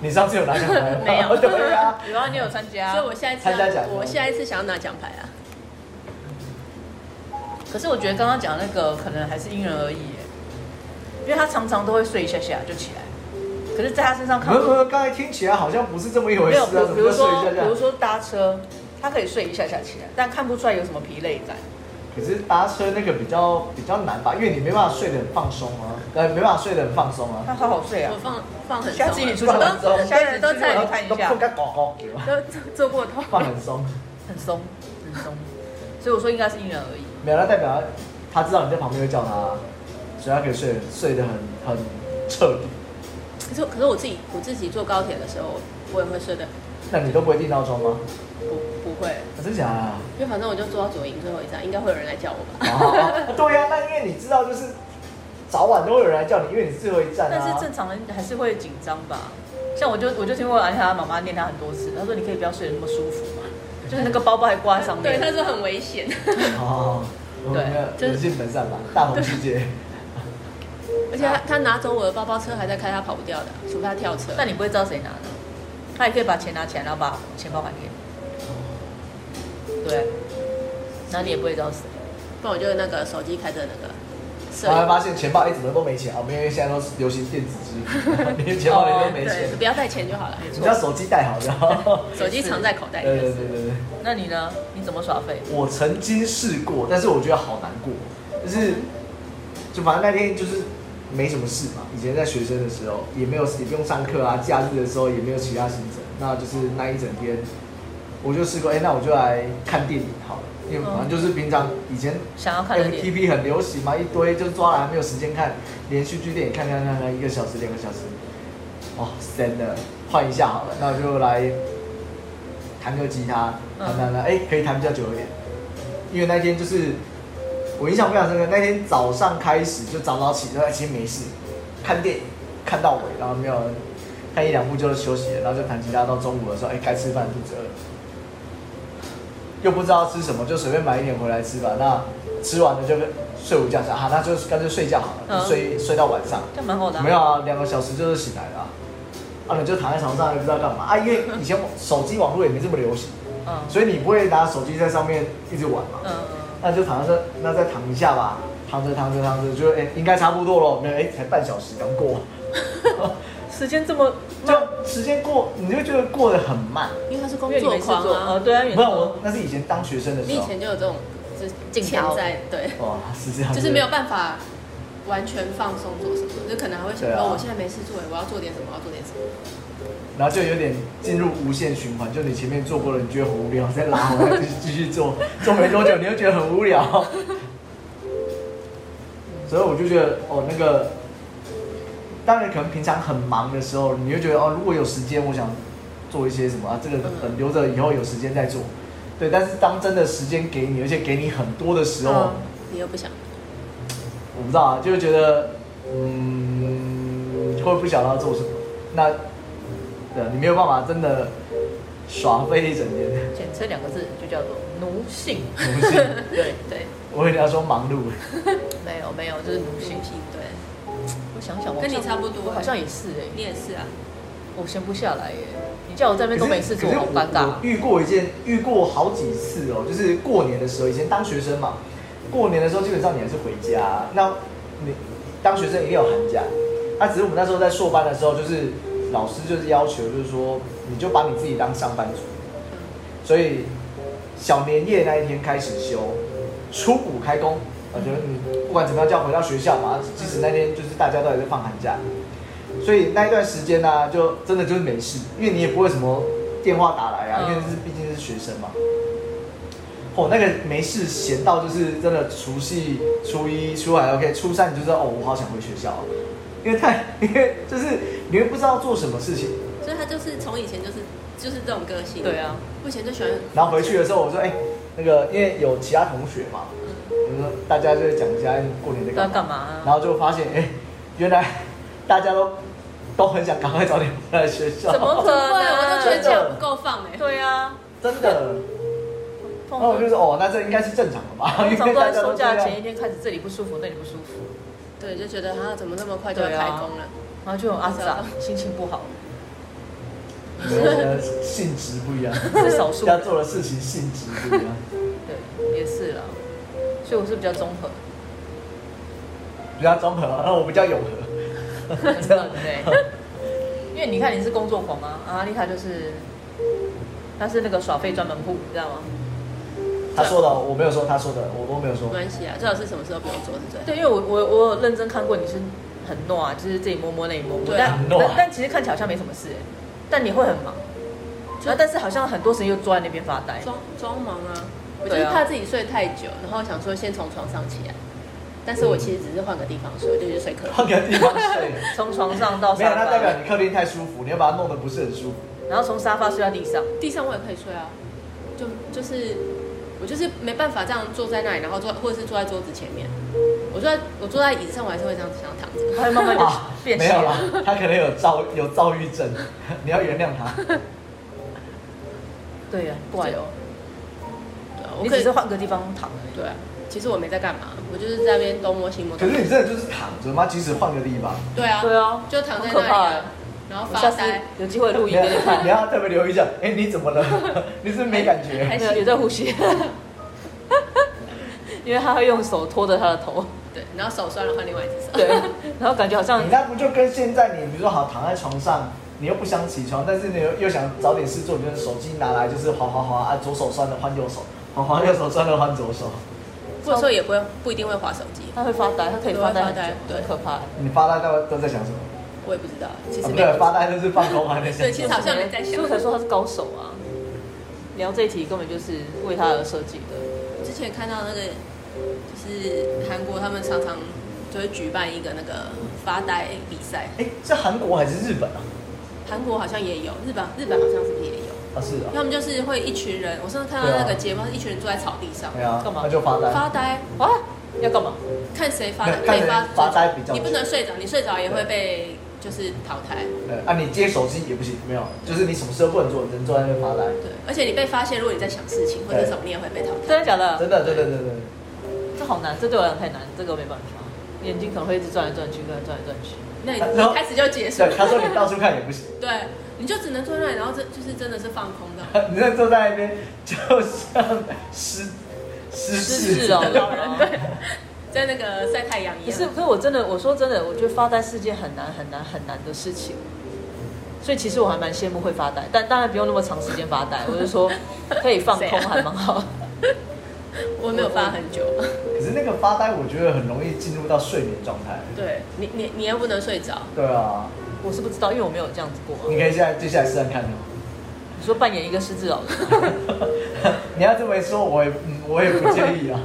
[SPEAKER 1] 你上次有拿奖牌
[SPEAKER 2] [laughs]
[SPEAKER 1] 吗
[SPEAKER 3] 没
[SPEAKER 1] [laughs]
[SPEAKER 3] 有
[SPEAKER 1] 对啊。
[SPEAKER 2] 有啊，你有参加
[SPEAKER 3] 所以我下一次
[SPEAKER 1] 参加奖
[SPEAKER 3] 要，我下一次想要拿奖牌啊。
[SPEAKER 2] 可是我觉得刚刚讲那个可能还是因人而异耶，因为他常常都会睡一下下就起来，可是在他身上看
[SPEAKER 1] 没
[SPEAKER 2] 不
[SPEAKER 1] 有没呃有，刚才听起来好像不是这么一回
[SPEAKER 2] 没
[SPEAKER 1] 事
[SPEAKER 2] 有，
[SPEAKER 1] 啊，
[SPEAKER 2] 比
[SPEAKER 1] 怎
[SPEAKER 2] 如
[SPEAKER 1] 么
[SPEAKER 2] 比如
[SPEAKER 1] 叫睡一
[SPEAKER 2] 说
[SPEAKER 1] 下
[SPEAKER 2] 比如
[SPEAKER 1] 下？
[SPEAKER 2] 说搭车，他可以睡一下下起来，但看不出来有什么疲累感。
[SPEAKER 1] 可是搭车那个比较比较难吧，因为你没办法睡得很放松啊，呃，没办法睡得很放松啊。
[SPEAKER 2] 他好好睡啊
[SPEAKER 3] 我，放放很啊
[SPEAKER 2] 下次你出
[SPEAKER 1] 去
[SPEAKER 3] 我
[SPEAKER 1] 玩之后
[SPEAKER 3] 都
[SPEAKER 2] 下次你
[SPEAKER 3] 都
[SPEAKER 2] 出去
[SPEAKER 3] 在
[SPEAKER 2] 玩你看一下
[SPEAKER 1] 都不该搞搞，
[SPEAKER 3] 都做过头。
[SPEAKER 1] 放很松，
[SPEAKER 2] 很松很松， [laughs] 所以我说应该是因人而异。
[SPEAKER 1] 没有，那代表他知道你在旁边会叫他啊，所以他可以睡睡得很很彻底。
[SPEAKER 3] 可是可是我自己我自己坐高铁的时候，我也会睡的，
[SPEAKER 1] 那你都不会定闹钟吗？
[SPEAKER 3] 不不会，
[SPEAKER 1] 啊真假的啊？
[SPEAKER 3] 因为反正我就坐到左营最后一站，应该会有人来叫我吧。
[SPEAKER 1] 啊对呀、那因为你知道就是早晚都会有人来叫你，因为你是最后一站
[SPEAKER 2] 但
[SPEAKER 1] 啊
[SPEAKER 2] 是。正常人还是会紧张吧？像我就我就听过安他妈妈念他很多次，她说你可以不要睡得那么舒服嘛，就是那个包包还挂在上
[SPEAKER 3] [laughs] 对，
[SPEAKER 2] 面。
[SPEAKER 3] 他说很危 [laughs] 险。
[SPEAKER 1] 哦，
[SPEAKER 2] 对
[SPEAKER 1] 没
[SPEAKER 2] 就
[SPEAKER 1] 有
[SPEAKER 2] 是
[SPEAKER 1] 人性本善吧，大同世界。
[SPEAKER 3] 而且他他拿走我的包包车，还在开，他跑不掉的，除非他跳车。
[SPEAKER 2] 但你不会知道谁拿的，他也可以把钱拿起来，然后把钱包还给你。对，然后你也不会知道谁。
[SPEAKER 3] 不然我就那个手机开着那个摄
[SPEAKER 1] 后来
[SPEAKER 3] 影，
[SPEAKER 1] 发现钱包哎怎么都没钱啊，没有，因为现在都是流行电子支付， [laughs] 连钱包里都没钱
[SPEAKER 3] 对，，不要带钱就好了，
[SPEAKER 1] 你知道手机带好然后，
[SPEAKER 3] 手机藏在口袋
[SPEAKER 1] 对
[SPEAKER 3] 里就
[SPEAKER 1] 对
[SPEAKER 3] 是。
[SPEAKER 1] 对对对，
[SPEAKER 2] 那你呢？你怎么耍废？
[SPEAKER 1] 我曾经试过，但是我觉得好难过，就是就反正那天就是没什么事嘛。以前在学生的时候也没有也不用上课啊，假日的时候也没有其他行程，那就是那一整天，我就试过，哎、那我就来看电影好了，因为
[SPEAKER 2] 嗯
[SPEAKER 1] 反正就是平常以前
[SPEAKER 2] 想要看的点，
[SPEAKER 1] FTP 很流行嘛，一堆就抓了还没有时间看，连续剧电影看看看看一个小时两个小时，哦，真的换一下好了，那我就来弹个吉他，
[SPEAKER 2] 嗯
[SPEAKER 1] 弹弹弹，哎、可以弹比较久一点，因为那天就是我印象非常深刻，那天早上开始就早早起，就其实没事，看电影看到尾，然后没有看一两部就休息了，然后就弹吉他到中午的时候，哎、该吃饭，肚子饿了。又不知道吃什么，就随便买一点回来吃吧。那吃完了就睡午觉，想啊，那就干脆睡觉好了，就
[SPEAKER 2] 嗯
[SPEAKER 1] 睡睡到晚上。
[SPEAKER 2] 这样蛮好的、
[SPEAKER 1] 没有，啊，两个小时就是醒来了啊，啊，你就躺在床上也不知道干嘛啊，因为以前手机网络也没这么流行，
[SPEAKER 2] 嗯
[SPEAKER 1] 所以你不会拿手机在上面一直玩嘛。
[SPEAKER 2] 嗯
[SPEAKER 1] 那就躺着，那再躺一下吧，躺着躺着躺着就哎、应该差不多了，没有哎、才半小时刚过，
[SPEAKER 2] 嗯，时间这么慢，
[SPEAKER 1] 就时间过，你就觉得过得很慢。
[SPEAKER 3] 因为他是
[SPEAKER 2] 因
[SPEAKER 3] 工
[SPEAKER 2] 为你
[SPEAKER 3] 作
[SPEAKER 2] 没事
[SPEAKER 3] 狂
[SPEAKER 2] 做
[SPEAKER 3] 啊，
[SPEAKER 2] 对啊，因为
[SPEAKER 1] 不然我那是以前当学生的时
[SPEAKER 3] 你以
[SPEAKER 1] 候，
[SPEAKER 3] 前就有这种就是
[SPEAKER 2] 劲
[SPEAKER 3] 潜
[SPEAKER 2] 头
[SPEAKER 3] 在对，
[SPEAKER 1] 哇是这样，
[SPEAKER 3] 就是没有办法完全放松做什么，就可能还会想
[SPEAKER 1] 对啊
[SPEAKER 3] 哦，我现在没事做，我要做点什么，我要做点什么。
[SPEAKER 1] 然后就有点进入无限循环，就你前面做过了，你觉得很无聊，再拉回来继续继续做，做没多久你又觉得很无聊，所以我就觉得哦，那个，当然可能平常很忙的时候，你就觉得哦，如果有时间，我想做一些什么啊，这个等留着以后有时间再做，对。但是当真的时间给你，而且给你很多的时候，
[SPEAKER 2] 嗯
[SPEAKER 3] 你又不想，
[SPEAKER 1] 我不知道啊，就是觉得，嗯，会不晓得要做什么。那，对，你没有办法真的耍废一整天。
[SPEAKER 2] 简称两个字就叫做奴性，
[SPEAKER 1] 奴性，
[SPEAKER 2] 对，
[SPEAKER 3] 对，
[SPEAKER 1] 我跟你要说忙碌，
[SPEAKER 2] [laughs] 没有没有，就是奴性
[SPEAKER 3] 平。平对，
[SPEAKER 2] 我想想，我
[SPEAKER 3] 跟你
[SPEAKER 2] 好像
[SPEAKER 3] 差不多
[SPEAKER 2] 我好像也是哎、
[SPEAKER 3] 你也是啊，
[SPEAKER 2] 我闲不下来耶、你叫我在那边都没事做，
[SPEAKER 1] 可是
[SPEAKER 2] 好
[SPEAKER 1] 可是
[SPEAKER 2] 尴
[SPEAKER 1] 我
[SPEAKER 2] 尬
[SPEAKER 1] 我。遇过一件，遇过好几次哦，就是过年的时候，以前当学生嘛，过年的时候基本上你还是回家。那你当学生一定有寒假，那、只是我们那时候在硕班的时候，就是老师就是要求，就是说你就把你自己当上班族，所以小年夜那一天开始休，初五开工。我觉得你不管怎么样，就要回到学校嘛。即使那天就是大家都还在放寒假，所以那一段时间呢、就真的就是没事，因为你也不会什么电话打来啊，
[SPEAKER 2] 嗯
[SPEAKER 1] 因为是毕竟是学生嘛。哦，那个没事闲到就是真的，除夕、初一、初二 OK，初三你就知道哦，我好想回学校、哦，因为太 [laughs] 因为就是你会不知道做什么事情，
[SPEAKER 3] 所以他就是从以前就是就是这种个性，
[SPEAKER 2] 对，啊，
[SPEAKER 3] 我以前就喜欢，
[SPEAKER 1] 然后回去的时候我说哎、那个因为有其他同学嘛，我说大家就会讲一下哎你过年在
[SPEAKER 2] 不知道
[SPEAKER 1] 干嘛
[SPEAKER 2] 嗯干，嘛、啊。
[SPEAKER 1] 然后就发现哎、原来大家都都很想赶快早点回来学校，
[SPEAKER 2] 怎么可
[SPEAKER 3] 对，我就觉
[SPEAKER 2] 能？
[SPEAKER 3] 得假不够放哎，
[SPEAKER 2] 对啊，
[SPEAKER 1] [laughs] 真的？
[SPEAKER 2] 通
[SPEAKER 1] 然后我就
[SPEAKER 2] 常
[SPEAKER 1] 说哦，那这应该是正常的吧，因
[SPEAKER 2] 通常
[SPEAKER 1] 为
[SPEAKER 2] 都
[SPEAKER 1] 大
[SPEAKER 2] 在
[SPEAKER 1] 家
[SPEAKER 2] 收
[SPEAKER 1] 都这
[SPEAKER 2] 假
[SPEAKER 1] 样。
[SPEAKER 2] 前一天开始，这里不舒服，那里不舒服，
[SPEAKER 3] 对，就觉得啊，怎么那么快就要
[SPEAKER 2] 对啊
[SPEAKER 3] 开工了？
[SPEAKER 2] 然后就很阿杂
[SPEAKER 3] 不，
[SPEAKER 2] 心情不好。
[SPEAKER 1] 所以我们的性质不一样，
[SPEAKER 2] [laughs] 是少数
[SPEAKER 1] 要做的事情性质不一样。
[SPEAKER 2] 对，也是啦。所以我是比较综合，
[SPEAKER 1] 比较综合，啊然后我比较永和。
[SPEAKER 2] 真的 [laughs] 对。因为你看你是工作狂啊，阿丽塔就是，她是那个耍废专门户，你知道吗？
[SPEAKER 1] [laughs] 他说的，我没有说，他说的，我都没有说
[SPEAKER 3] 没。关系啊，最好是什么时候不用做是最好。
[SPEAKER 2] 对，因为我我我有认真看过你是很糯啊，就是自己摸摸那里摸摸，
[SPEAKER 3] 对
[SPEAKER 2] 但
[SPEAKER 1] 很糯啊
[SPEAKER 2] 但但其实看起来好像没什么事、欸，但你会很忙，
[SPEAKER 3] 就
[SPEAKER 2] 然后但是好像很多时间又坐在那边发呆。
[SPEAKER 3] 装装忙啊，我就
[SPEAKER 2] 对啊
[SPEAKER 3] 是怕自己睡太久，然后想说先从床上起来，但是我其实只是换个地方睡，我就去睡客
[SPEAKER 1] 换
[SPEAKER 3] 厅。
[SPEAKER 1] 个地方睡，
[SPEAKER 2] 从床上到
[SPEAKER 1] 没有，
[SPEAKER 2] 沙
[SPEAKER 1] 那代表
[SPEAKER 2] 发，
[SPEAKER 1] 你客厅太舒服，你要把它弄得不是很舒服。
[SPEAKER 2] 然后从沙发睡到地上，
[SPEAKER 3] 地上我也可以睡啊，就就是我就是没办法这样坐在那里，然后坐或者是坐在桌子前面，我坐在我坐在椅子上，我还是会这样想要躺着。
[SPEAKER 2] 它会慢慢就变
[SPEAKER 1] 没
[SPEAKER 2] 形
[SPEAKER 1] 有
[SPEAKER 2] 了
[SPEAKER 1] 啦。，他可能有躁有躁郁症，你要原谅他。
[SPEAKER 2] 对呀，很怪哦，
[SPEAKER 3] 对啊，我
[SPEAKER 2] 你
[SPEAKER 3] 可
[SPEAKER 2] 只
[SPEAKER 3] 以
[SPEAKER 2] 是换个地方躺而已。
[SPEAKER 3] 对啊，其实我没在干嘛，我就是在那边东摸西摸。
[SPEAKER 1] 可是你真的就是躺着吗？即使换个地方，
[SPEAKER 3] 对啊，
[SPEAKER 2] 对啊，
[SPEAKER 3] 就躺在
[SPEAKER 2] 很
[SPEAKER 3] 那
[SPEAKER 2] 可
[SPEAKER 3] 里
[SPEAKER 2] 怕
[SPEAKER 3] 啊
[SPEAKER 2] 欸。
[SPEAKER 3] 然后
[SPEAKER 2] 我
[SPEAKER 3] 发
[SPEAKER 2] 下次
[SPEAKER 3] 呆，
[SPEAKER 2] 有机会录
[SPEAKER 1] 你
[SPEAKER 2] 影
[SPEAKER 1] 要
[SPEAKER 2] 给你看
[SPEAKER 1] 你，要特别留意一下。哎，你怎么了？ [laughs] 你是不是没感
[SPEAKER 3] 还
[SPEAKER 1] 觉？
[SPEAKER 2] 没有有在呼吸，因为他会用手托着他的头，
[SPEAKER 3] 对，然后手酸了换另外一只手。
[SPEAKER 2] 对，然后感觉好像
[SPEAKER 1] 你那不就跟现在你，比如说好躺在床上，你又不想起床，但是你又又想找点事做，你就是手机拿来就是滑滑滑啊，左手酸了换右手，滑滑右手酸了换左手。
[SPEAKER 3] 或者说也不会不一定会划手机，
[SPEAKER 2] 他会发呆，他可以发呆很久
[SPEAKER 3] 对会发呆，对
[SPEAKER 2] 很可怕。欸
[SPEAKER 1] 你发呆都都在想什么？
[SPEAKER 3] 我也不知道，其
[SPEAKER 1] 啊不
[SPEAKER 3] 实没
[SPEAKER 1] 对，发呆就是放空啊， [laughs] 在想
[SPEAKER 3] 对，。其实好像没在
[SPEAKER 2] 所
[SPEAKER 3] 想
[SPEAKER 2] 以我。才说他是高手啊。聊这一题根本就是为他而设计的，
[SPEAKER 3] 之前看到那个，就是韩国他们常常就会举办一个那个发呆比赛，
[SPEAKER 1] 哎，是韩国还是日本啊？
[SPEAKER 3] 韩国好像也有，日本日本好像是不是也有？
[SPEAKER 1] 啊是啊，
[SPEAKER 3] 他们就是会一群人，我上次看到
[SPEAKER 1] 对啊
[SPEAKER 3] 那个节目，一群人坐在草地上
[SPEAKER 1] 对啊，
[SPEAKER 2] 干嘛
[SPEAKER 1] 那就发呆。
[SPEAKER 3] 发呆，
[SPEAKER 2] 啊，要干嘛？
[SPEAKER 3] 看谁发呆，
[SPEAKER 1] 对
[SPEAKER 3] 可以
[SPEAKER 1] 看谁
[SPEAKER 3] 发
[SPEAKER 1] 发呆比较
[SPEAKER 3] 你不
[SPEAKER 1] 久
[SPEAKER 3] 能睡着，你睡着也会被就是淘汰。
[SPEAKER 1] 对啊，你接手机也不行，没有，就是你什么事都不能做，你只能坐在那边发呆。
[SPEAKER 3] 对，而且你被发现，如果你在想事情或者
[SPEAKER 1] 对
[SPEAKER 3] 什么，你也会被淘汰。
[SPEAKER 2] 真的假的？
[SPEAKER 1] 真的，对对对对，
[SPEAKER 2] 这好难，这对我来讲太难，这个没办法，眼睛可能会一直转来转去，跟转来转去。
[SPEAKER 3] 那你
[SPEAKER 1] 啊然后
[SPEAKER 3] 一开始就结束，
[SPEAKER 1] 对，他说你到处看也不行，
[SPEAKER 3] 对，你就只能坐那里，然后这就是真的是放空的。
[SPEAKER 1] 你那坐在那边就像失失
[SPEAKER 2] 失
[SPEAKER 1] 智
[SPEAKER 2] 智哦
[SPEAKER 3] 老人 [laughs] 对，在那个晒太阳一
[SPEAKER 2] 可是，
[SPEAKER 3] 样。
[SPEAKER 2] 可是我真的，我说真的，我觉得发呆是件很难很难很难的事情。所以其实我还蛮羡慕会发呆，但当然不用那么长时间发
[SPEAKER 3] [laughs]
[SPEAKER 2] 呆。我就说可以放空，
[SPEAKER 3] 谁啊
[SPEAKER 2] 还蛮好。
[SPEAKER 3] 我没有发很久。
[SPEAKER 1] 可是那个发呆，我觉得很容易进入到睡眠状态。
[SPEAKER 3] 对你，你你又不能睡着，
[SPEAKER 1] 对啊，
[SPEAKER 2] 我是不知道，因为我没有这样子过、
[SPEAKER 1] 你
[SPEAKER 2] 啊。
[SPEAKER 1] 可以现在接下来试试看哦。 [laughs]
[SPEAKER 2] 你说扮演一个失智老人，
[SPEAKER 3] [laughs]
[SPEAKER 1] 你要这么一说，我也嗯我也不介意啊。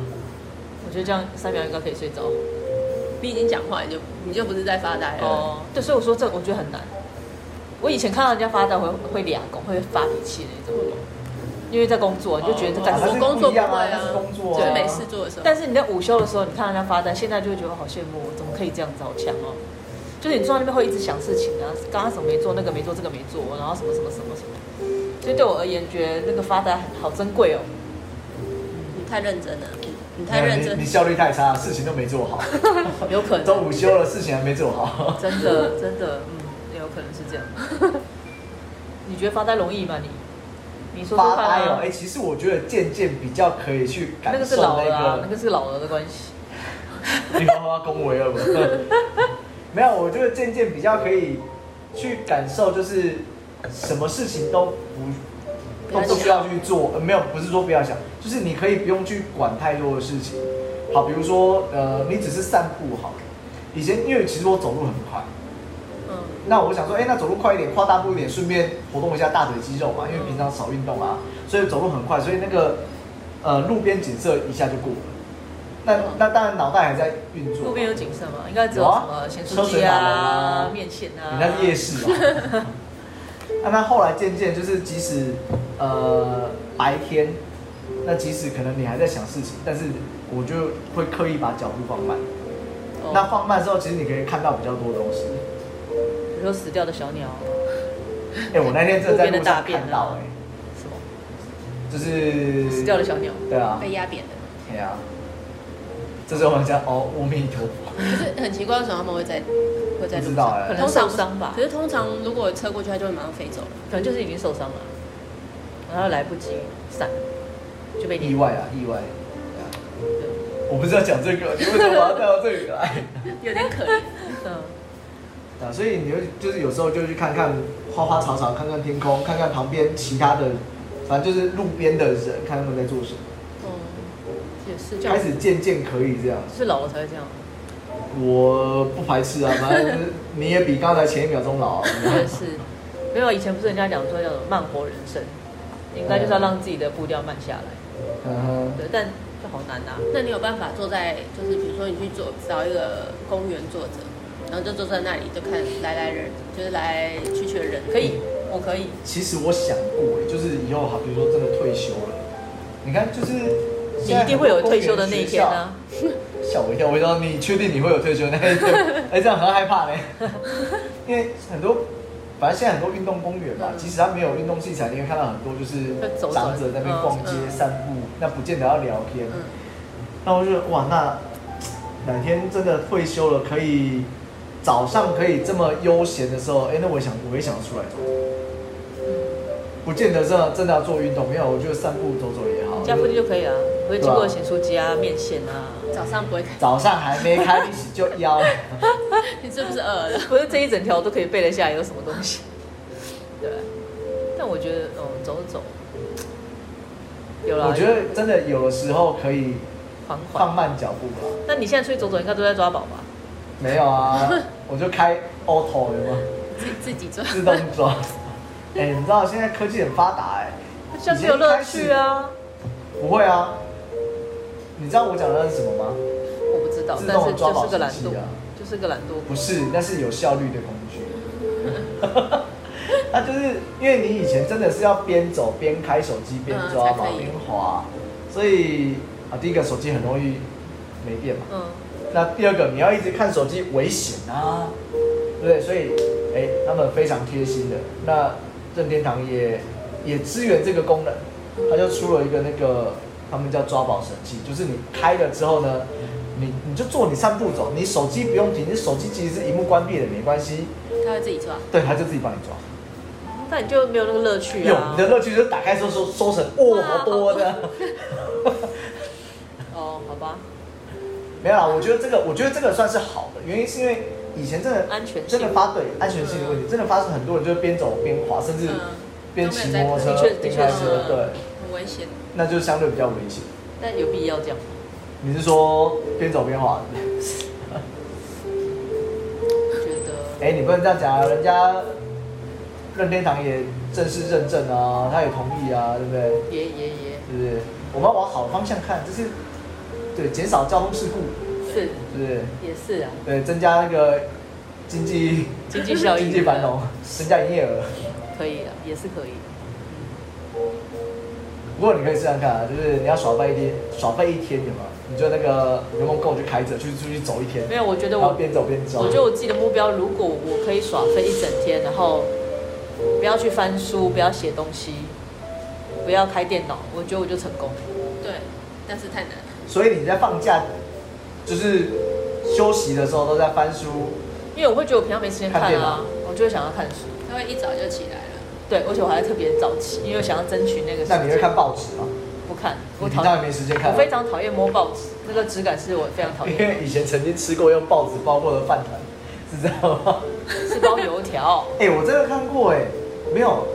[SPEAKER 2] 我觉得这样三秒应该可以睡着。
[SPEAKER 3] 你已经讲话，你就你就不是在发呆了。
[SPEAKER 2] 哦，对，所以我说这我觉得很难。我以前看到人家发呆会会俩拱，会发脾气的那种，因为在工作你就觉得这干
[SPEAKER 1] 啊
[SPEAKER 2] 什
[SPEAKER 1] 但
[SPEAKER 2] 么
[SPEAKER 1] 是
[SPEAKER 3] 工作
[SPEAKER 1] 不一样
[SPEAKER 3] 不会
[SPEAKER 1] 啊，
[SPEAKER 3] 啊
[SPEAKER 1] 那是工作
[SPEAKER 3] 就
[SPEAKER 1] 啊，
[SPEAKER 3] 是没事做的时候。
[SPEAKER 2] 但是你在午休的时候，你看到人家发呆，现在就会觉得好羡慕，怎么可以这样子，好强哦！就是你坐在那边会一直想事情啊，刚刚什么没做，那个没做，这个没做，然后什么什么什么什么。所以对我而言，觉得那个发呆很好珍贵哦。
[SPEAKER 3] 你太认真了，你你太认真
[SPEAKER 1] 你，你效率太差，事情都没做好，
[SPEAKER 2] 有可
[SPEAKER 1] 都
[SPEAKER 2] 能，
[SPEAKER 1] 午休了，事情还没做好。
[SPEAKER 2] 真 [laughs] 的真的，嗯，有可能是这样。 [laughs] 你觉得发呆容易吗？你你说说
[SPEAKER 1] 发
[SPEAKER 2] 看
[SPEAKER 1] 呆哦
[SPEAKER 2] 啊，
[SPEAKER 1] 哎、。其实我觉得渐渐比较可以去感
[SPEAKER 2] 那个是
[SPEAKER 1] 受
[SPEAKER 2] 老
[SPEAKER 1] 那
[SPEAKER 2] 了啊，那
[SPEAKER 1] 个，
[SPEAKER 2] 个是老了的关系。
[SPEAKER 1] 你妈妈恭维了我。没有，我觉得渐渐比较可以去感受，就是什么事情都
[SPEAKER 3] 不
[SPEAKER 1] 不都
[SPEAKER 3] 要想
[SPEAKER 1] 不需要去做、呃没有，不是说不要想，就是你可以不用去管太多的事情。好，比如说呃，你只是散步好了。以前因为其实我走路很快，
[SPEAKER 3] 嗯，
[SPEAKER 1] 那我想说，哎、那走路快一点，跨大步一点，顺便活动一下大腿肌肉嘛，因为平常少运动啊，
[SPEAKER 3] 嗯
[SPEAKER 1] 所以走路很快，所以那个呃路边景色一下就过了。那
[SPEAKER 3] 嗯
[SPEAKER 1] 那当然脑袋还在运作。
[SPEAKER 2] 路边有景色吗？应该只有
[SPEAKER 1] 有
[SPEAKER 2] 什
[SPEAKER 1] 啊
[SPEAKER 2] 么咸
[SPEAKER 1] 车
[SPEAKER 2] 酥
[SPEAKER 1] 水
[SPEAKER 2] 鸡
[SPEAKER 1] 马龙
[SPEAKER 2] 啊
[SPEAKER 1] 啊、
[SPEAKER 2] 面线
[SPEAKER 1] 你
[SPEAKER 2] 啊。
[SPEAKER 1] 那是夜市 [laughs] 啊。那那后来渐渐就是，即使呃白天，那即使可能你还在想事情，但是我就会刻意把脚步放慢。
[SPEAKER 2] 哦
[SPEAKER 1] 那放慢之后，其实你可以看到比较多东西。
[SPEAKER 2] 比如说死掉的小鸟，
[SPEAKER 1] 哎、我那天真的在路上
[SPEAKER 2] 路边的大便啊
[SPEAKER 1] 看到、哎。
[SPEAKER 2] 什么
[SPEAKER 1] 就是
[SPEAKER 2] 死掉的小哎鸟，
[SPEAKER 1] 对啊，
[SPEAKER 3] 被压扁的。
[SPEAKER 1] 对啊。这时候我们讲哦，阿弥陀佛，
[SPEAKER 3] 可是很奇怪，为什么他们会在会在
[SPEAKER 1] 不
[SPEAKER 3] 路
[SPEAKER 1] 知道
[SPEAKER 3] 上？
[SPEAKER 1] 哎
[SPEAKER 2] 可能
[SPEAKER 3] 通常
[SPEAKER 2] 受伤吧
[SPEAKER 3] 可，是通常如果车过去，它就会马上飞走了。
[SPEAKER 2] 可能就是已经受伤了，然后来不及散，就被
[SPEAKER 1] 意
[SPEAKER 2] 碾。
[SPEAKER 1] 外啊，意外。对啊我不是要讲这个，你为什么把它带到这里来？
[SPEAKER 3] 有点可怜。
[SPEAKER 2] 嗯，
[SPEAKER 1] 啊，所以你就就是有时候就去看看花花草草，看看天空，看看旁边其他的，反正就是路边的人，看他们在做什么。
[SPEAKER 3] [laughs] 哦，
[SPEAKER 2] 也是这样
[SPEAKER 1] 开，始渐渐可以这样，
[SPEAKER 2] 是老了才会这样，
[SPEAKER 1] 我不排斥啊，反正
[SPEAKER 2] [laughs]
[SPEAKER 1] 就是你也比刚才前一秒钟老、啊。 [laughs]
[SPEAKER 2] 我也是。没有，以前不是人家讲说叫做慢活人生，应该就是要让自己的步调慢下来。
[SPEAKER 1] 嗯哼，
[SPEAKER 2] 对，但这好难啊。
[SPEAKER 3] 那你有办法坐在，就是比如说你去坐找一个公园坐着，然后就坐在那里就看来来人，就是来来去去的人，
[SPEAKER 2] 可以，我可以。
[SPEAKER 1] 其实我想过，欸就是以后好，比如说真的退休了，你看就是
[SPEAKER 2] 你一定会有退休的那一天啊！
[SPEAKER 1] 吓我一跳，我说你确定你会有退休那一天？哎、这样很害怕呢。因为很多，反正现在很多运动公园嘛，
[SPEAKER 3] 嗯
[SPEAKER 1] 即使它没有运动器材，你会看到很多就是
[SPEAKER 2] 在走走
[SPEAKER 1] 长者在那边逛街、
[SPEAKER 3] 嗯嗯
[SPEAKER 1] 散步，那不见得要聊天。
[SPEAKER 3] 嗯，
[SPEAKER 1] 那我就觉得哇，那哪天真的退休了，可以早上可以这么悠闲的时候，哎、那我也想我也想出来走走。不见得真的真的要做运动，没有，我觉得散步走走也好。
[SPEAKER 2] 家附近就可以啊，不会经
[SPEAKER 1] 对
[SPEAKER 2] 过
[SPEAKER 1] 啊
[SPEAKER 2] 咸酥鸡啊、面线啊。
[SPEAKER 3] 早上不会看，
[SPEAKER 1] 早上还没开，你就腰了。
[SPEAKER 3] [laughs] 你是不是饿了？
[SPEAKER 2] [laughs] 不是这一整条都可以背得下来有什么东西，对。但我觉得，嗯，走走，有啦，
[SPEAKER 1] 我觉得真的有的时候可以
[SPEAKER 2] 缓
[SPEAKER 1] 放
[SPEAKER 2] 缓。
[SPEAKER 1] 慢脚步
[SPEAKER 3] [laughs]
[SPEAKER 1] 吧。
[SPEAKER 2] 那你现在出去走走，应该都在抓宝吧？
[SPEAKER 1] 没有啊，我就开 auto 有没有？
[SPEAKER 3] 自自己做。
[SPEAKER 1] 自动
[SPEAKER 3] [laughs]
[SPEAKER 1] 抓。哎、你知道现在科技很发达哎、
[SPEAKER 2] 像是有乐趣啊。
[SPEAKER 1] 不会啊。你知道我讲的是什么吗？
[SPEAKER 2] 我不知道，
[SPEAKER 1] 自
[SPEAKER 2] 但
[SPEAKER 1] 动
[SPEAKER 2] 是
[SPEAKER 1] 抓
[SPEAKER 2] 就
[SPEAKER 1] 宝
[SPEAKER 2] 是个懒
[SPEAKER 1] 神器
[SPEAKER 2] 惰
[SPEAKER 1] 啊，
[SPEAKER 2] 就是个懒惰。
[SPEAKER 1] 不是，那是有效率的工具。 [laughs] 那就是因为你以前真的是要边走边开手机边抓嘛
[SPEAKER 3] 嗯才可以
[SPEAKER 1] 边滑，所以啊，第一个手机很容易没电嘛。
[SPEAKER 2] 嗯，
[SPEAKER 1] 那第二个你要一直看手机危险啊，对不对？所以，哎、他们非常贴心的，那任天堂也也支援这个功能，他就出了一个那个他们叫抓宝神器，就是你开了之后呢，你你就坐你散步走，你手机不用停，你手机即使是荧幕关闭的没关系，
[SPEAKER 3] 他会自己抓。
[SPEAKER 1] 对，他就自己帮你抓。
[SPEAKER 2] 那你就没有那个乐趣
[SPEAKER 1] 有
[SPEAKER 2] 啊
[SPEAKER 1] 你。的乐趣就是打开收收收成，哇，
[SPEAKER 3] 哇
[SPEAKER 1] 好多的。
[SPEAKER 2] 哦，好吧，
[SPEAKER 1] 没有啦，我觉得这个，我觉得这个算是好的，原因是因为以前真的
[SPEAKER 2] 安全性嗯
[SPEAKER 1] 真的发对安全性的问题，真的发生很多人就是边走边滑，甚至
[SPEAKER 3] 嗯，
[SPEAKER 1] 边骑摩托车
[SPEAKER 2] 的确、的
[SPEAKER 1] 边
[SPEAKER 2] 确
[SPEAKER 1] 开
[SPEAKER 2] 是
[SPEAKER 1] 车，对，
[SPEAKER 3] 很危险。
[SPEAKER 1] 那就相对比较危险。
[SPEAKER 2] 但有必要这样吗？
[SPEAKER 1] 你是说边走边滑？
[SPEAKER 2] 觉得
[SPEAKER 1] 哎、你不能这样讲啊，人家任天堂也正式认证啊，他也同意啊，对不对？
[SPEAKER 2] 也也也
[SPEAKER 1] 是不是？我们要往好的方向看，就是对减少交通事故，
[SPEAKER 2] 是
[SPEAKER 1] 是不是？
[SPEAKER 2] 也是啊，
[SPEAKER 1] 对，增加那个经济
[SPEAKER 2] 经济效
[SPEAKER 1] [laughs]
[SPEAKER 2] 益
[SPEAKER 1] 经济繁荣，增加营业额。
[SPEAKER 2] 可以啊，也是可以。
[SPEAKER 1] 不过你可以试试看啊，就是你要耍废一天，耍废一天有吗？你就那个员工购就开着去出去走一天，
[SPEAKER 2] 没有，我觉得
[SPEAKER 1] 然后
[SPEAKER 2] 我
[SPEAKER 1] 边走边走。
[SPEAKER 2] 我觉得我自己的目标，如果我可以耍飞一整天，然后不要去翻书，不要写东西，不要开电脑，我觉得我就成功了。
[SPEAKER 3] 对，但是太难了。
[SPEAKER 1] 所以你在放假就是休息的时候都在翻书，
[SPEAKER 2] 因为我会觉得我平常没时间看
[SPEAKER 1] 看电
[SPEAKER 2] 啊
[SPEAKER 1] 脑，
[SPEAKER 2] 我就会想要看书。
[SPEAKER 3] 他会一早就起来了。
[SPEAKER 2] 对，而且我还特别早起，因为我想要争取那个时
[SPEAKER 1] 那
[SPEAKER 2] 间。
[SPEAKER 1] 你会看报纸吗？
[SPEAKER 2] 不看，
[SPEAKER 1] 你
[SPEAKER 2] 我
[SPEAKER 1] 平
[SPEAKER 2] 讨
[SPEAKER 1] 常
[SPEAKER 2] 厌，
[SPEAKER 1] 也没时间看
[SPEAKER 2] 我
[SPEAKER 1] 啊。
[SPEAKER 2] 非常讨厌摸报纸，那个质感是我非常
[SPEAKER 1] [laughs]
[SPEAKER 2] 讨
[SPEAKER 1] 因
[SPEAKER 2] 厌
[SPEAKER 1] 为
[SPEAKER 2] 的。
[SPEAKER 1] 以前曾经吃过用报纸包过的饭团，是这样吗？ [laughs]
[SPEAKER 2] 是包油条，
[SPEAKER 1] 哎、我真的看过哎、没有，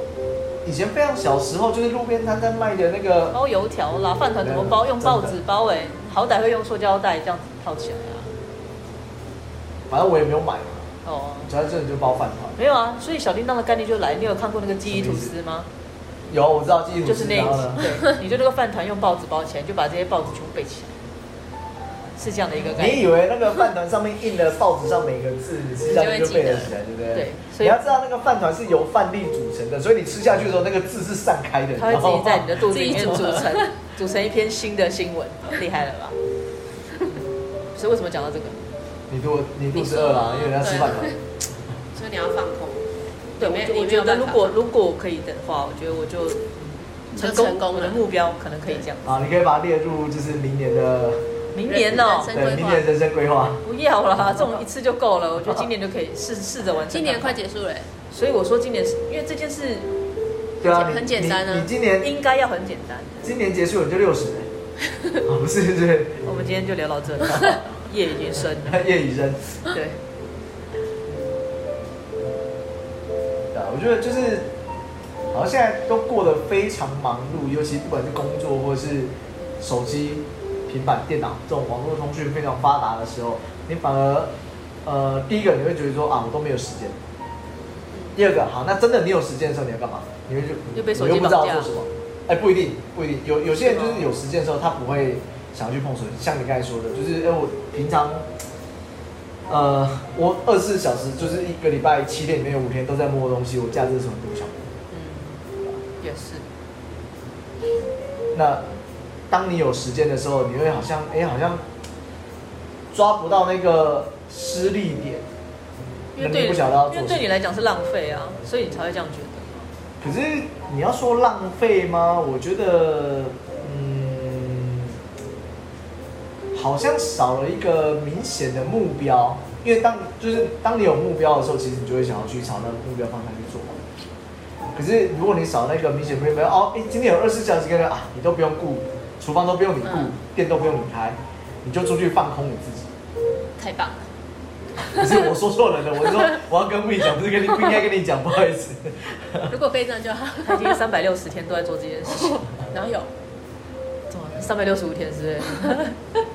[SPEAKER 1] 以前非常小时候就是路边摊在卖的那个
[SPEAKER 2] 包油条啦，饭团怎么包？用报纸包哎、好歹会用塑胶袋这样子套起来啊。
[SPEAKER 1] 反正我也没有买嘛，
[SPEAKER 2] 哦，
[SPEAKER 1] 主要这里就包饭团。
[SPEAKER 2] 没有啊，所以小叮当的概念就来，你有看过那个记忆吐司吗？
[SPEAKER 1] 有，我知道记忆
[SPEAKER 2] 就
[SPEAKER 1] 吐
[SPEAKER 2] 是
[SPEAKER 1] 司，
[SPEAKER 2] 那一
[SPEAKER 1] 然后
[SPEAKER 2] 集
[SPEAKER 1] 呢，
[SPEAKER 2] 对，你就那个饭团用报纸包起来，你就把这些报纸全部背起来，是这样的一个概
[SPEAKER 1] 你
[SPEAKER 2] 念。
[SPEAKER 1] 以为那个饭团上面印了报纸上每个字，你吃下去就背得起来，对不对？
[SPEAKER 2] 对所
[SPEAKER 1] 你
[SPEAKER 2] 以
[SPEAKER 1] 要知道那个饭团是由饭粒组成的，所以你吃下去的时候，那个字是散开的。
[SPEAKER 2] 它会自己在你的肚子
[SPEAKER 3] 自己
[SPEAKER 2] 里面
[SPEAKER 3] 组
[SPEAKER 2] 组成，组成一篇新的新闻，厉害了吧？所以为什么讲到这个？
[SPEAKER 1] 你肚你肚子饿了，因为你要吃饭团
[SPEAKER 3] 对。所以你要放空，
[SPEAKER 2] 对，我
[SPEAKER 3] 没
[SPEAKER 2] 就
[SPEAKER 3] 你
[SPEAKER 2] 我
[SPEAKER 3] 没
[SPEAKER 2] 觉
[SPEAKER 3] 有
[SPEAKER 2] 得
[SPEAKER 3] 办
[SPEAKER 2] 如
[SPEAKER 3] 法
[SPEAKER 2] 果如果可以的话，我觉得我就
[SPEAKER 3] 你就
[SPEAKER 2] 成功
[SPEAKER 3] 成功
[SPEAKER 2] 我
[SPEAKER 3] 了
[SPEAKER 2] 的目标可能可以这样。
[SPEAKER 1] 啊，你可以把它列入就是明年的
[SPEAKER 2] 明年哦、
[SPEAKER 3] 人生
[SPEAKER 1] 对
[SPEAKER 3] 规划
[SPEAKER 1] 明年人生规划。
[SPEAKER 2] 不要啦，这种一次就够了。我觉得今年就可以试试着完成。
[SPEAKER 3] 今年快，结束了欸，
[SPEAKER 2] 所以我说今年是因为这件事
[SPEAKER 1] 对啊，你
[SPEAKER 3] 很简单啊
[SPEAKER 1] 你你今年
[SPEAKER 2] 应该要很简单。
[SPEAKER 1] 今年结束你就六十，哦不是是 [laughs]
[SPEAKER 2] 我们今天就聊到这里，夜已经深了。
[SPEAKER 1] 叶以生。
[SPEAKER 2] 对，
[SPEAKER 1] 对啊，我觉得就是，好像现在都过得非常忙碌，尤其不管是工作或是手机、平板、电脑这种网络通讯非常发达的时候，你反而，呃，第一个你会觉得说啊，我都没有时间。第二个，好，那真的你有时间的时候你要干嘛？你会就嗯
[SPEAKER 2] 又被手
[SPEAKER 1] 我
[SPEAKER 2] 机
[SPEAKER 1] 又不知道
[SPEAKER 2] 绑架
[SPEAKER 1] 做什么。哎、不一定，不一定。有有些人
[SPEAKER 2] 是
[SPEAKER 1] 就
[SPEAKER 2] 吗
[SPEAKER 1] 是有时间的时候，他不会想要去碰手机，像你刚才说的，就是哎、我平常呃，我二十四小时就是一个礼拜七天里面有五天都在摸东西，我假日的时候都不想摸。
[SPEAKER 2] 嗯，也是。
[SPEAKER 1] 那当你有时间的时候，你会好像哎、好像抓不到那个失力点，
[SPEAKER 2] 因为
[SPEAKER 1] 那
[SPEAKER 2] 对
[SPEAKER 1] 你
[SPEAKER 2] 你，
[SPEAKER 1] 不晓得要
[SPEAKER 2] 因为
[SPEAKER 1] 做
[SPEAKER 2] 对
[SPEAKER 1] 什
[SPEAKER 2] 你
[SPEAKER 1] 么。
[SPEAKER 2] 来讲是浪费啊，所以你才会这样觉得。
[SPEAKER 1] 可是你要说浪费吗？我觉得，嗯，好像少了一个明显的目标。因为当就是当你有目标的时候，其实你就会想要去朝那个目标方向去做嘛。可是如果你少那个明显目标，哦，哎、今天有二十小时跟人啊，你都不用顾，厨房都不用你顾
[SPEAKER 3] 嗯，
[SPEAKER 1] 店都不用你开，你就出去放空你自己。
[SPEAKER 3] 太棒了。
[SPEAKER 1] 可是我说错人了，我是说我要跟 V 讲，不是跟你不应该跟你讲，不好意思。
[SPEAKER 3] 如果可以这样就好。
[SPEAKER 1] [laughs]
[SPEAKER 2] 他已经三百六十天都在做这件事情，
[SPEAKER 3] 然后有，
[SPEAKER 2] 三百六十五天之类
[SPEAKER 1] [laughs]
[SPEAKER 2] 的。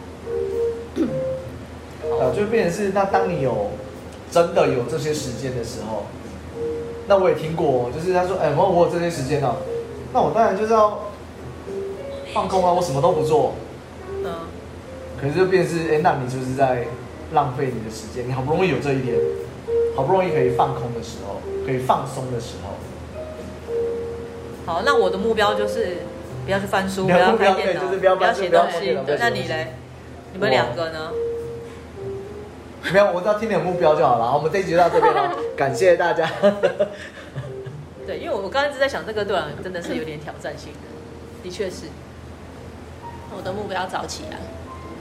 [SPEAKER 1] 呃，就变成是那当你有真的有这些时间的时候，那我也听过，就是他说，哎、我我有这些时间哦、那我当然就是要放空啊，我什么都不做，
[SPEAKER 2] 嗯，
[SPEAKER 1] 可是就变成是，哎、那你就是在浪费你的时间，你好不容易有这一天，好不容易可以放空的时候，可以放松的时候，
[SPEAKER 2] 好，那我的目标就是不要去翻书，
[SPEAKER 1] 你
[SPEAKER 2] 不
[SPEAKER 1] 的
[SPEAKER 2] 要
[SPEAKER 1] 目标
[SPEAKER 2] 看电脑，
[SPEAKER 1] 对就是不要翻书
[SPEAKER 2] 写
[SPEAKER 1] 不要
[SPEAKER 2] 东
[SPEAKER 1] 碰
[SPEAKER 2] 西
[SPEAKER 1] 电脑。不要
[SPEAKER 2] 对
[SPEAKER 1] 写
[SPEAKER 2] 那
[SPEAKER 1] 东西
[SPEAKER 2] 你嘞？你们两个呢？
[SPEAKER 1] 没有，我只要听你的目标就好了。好我们这一集就到这边了，感谢大家。
[SPEAKER 2] 对，因为我我刚刚一直在想，这个对我来讲真的是有点挑战性的，的
[SPEAKER 1] [laughs]
[SPEAKER 2] 确是。
[SPEAKER 3] 我的目标早起来，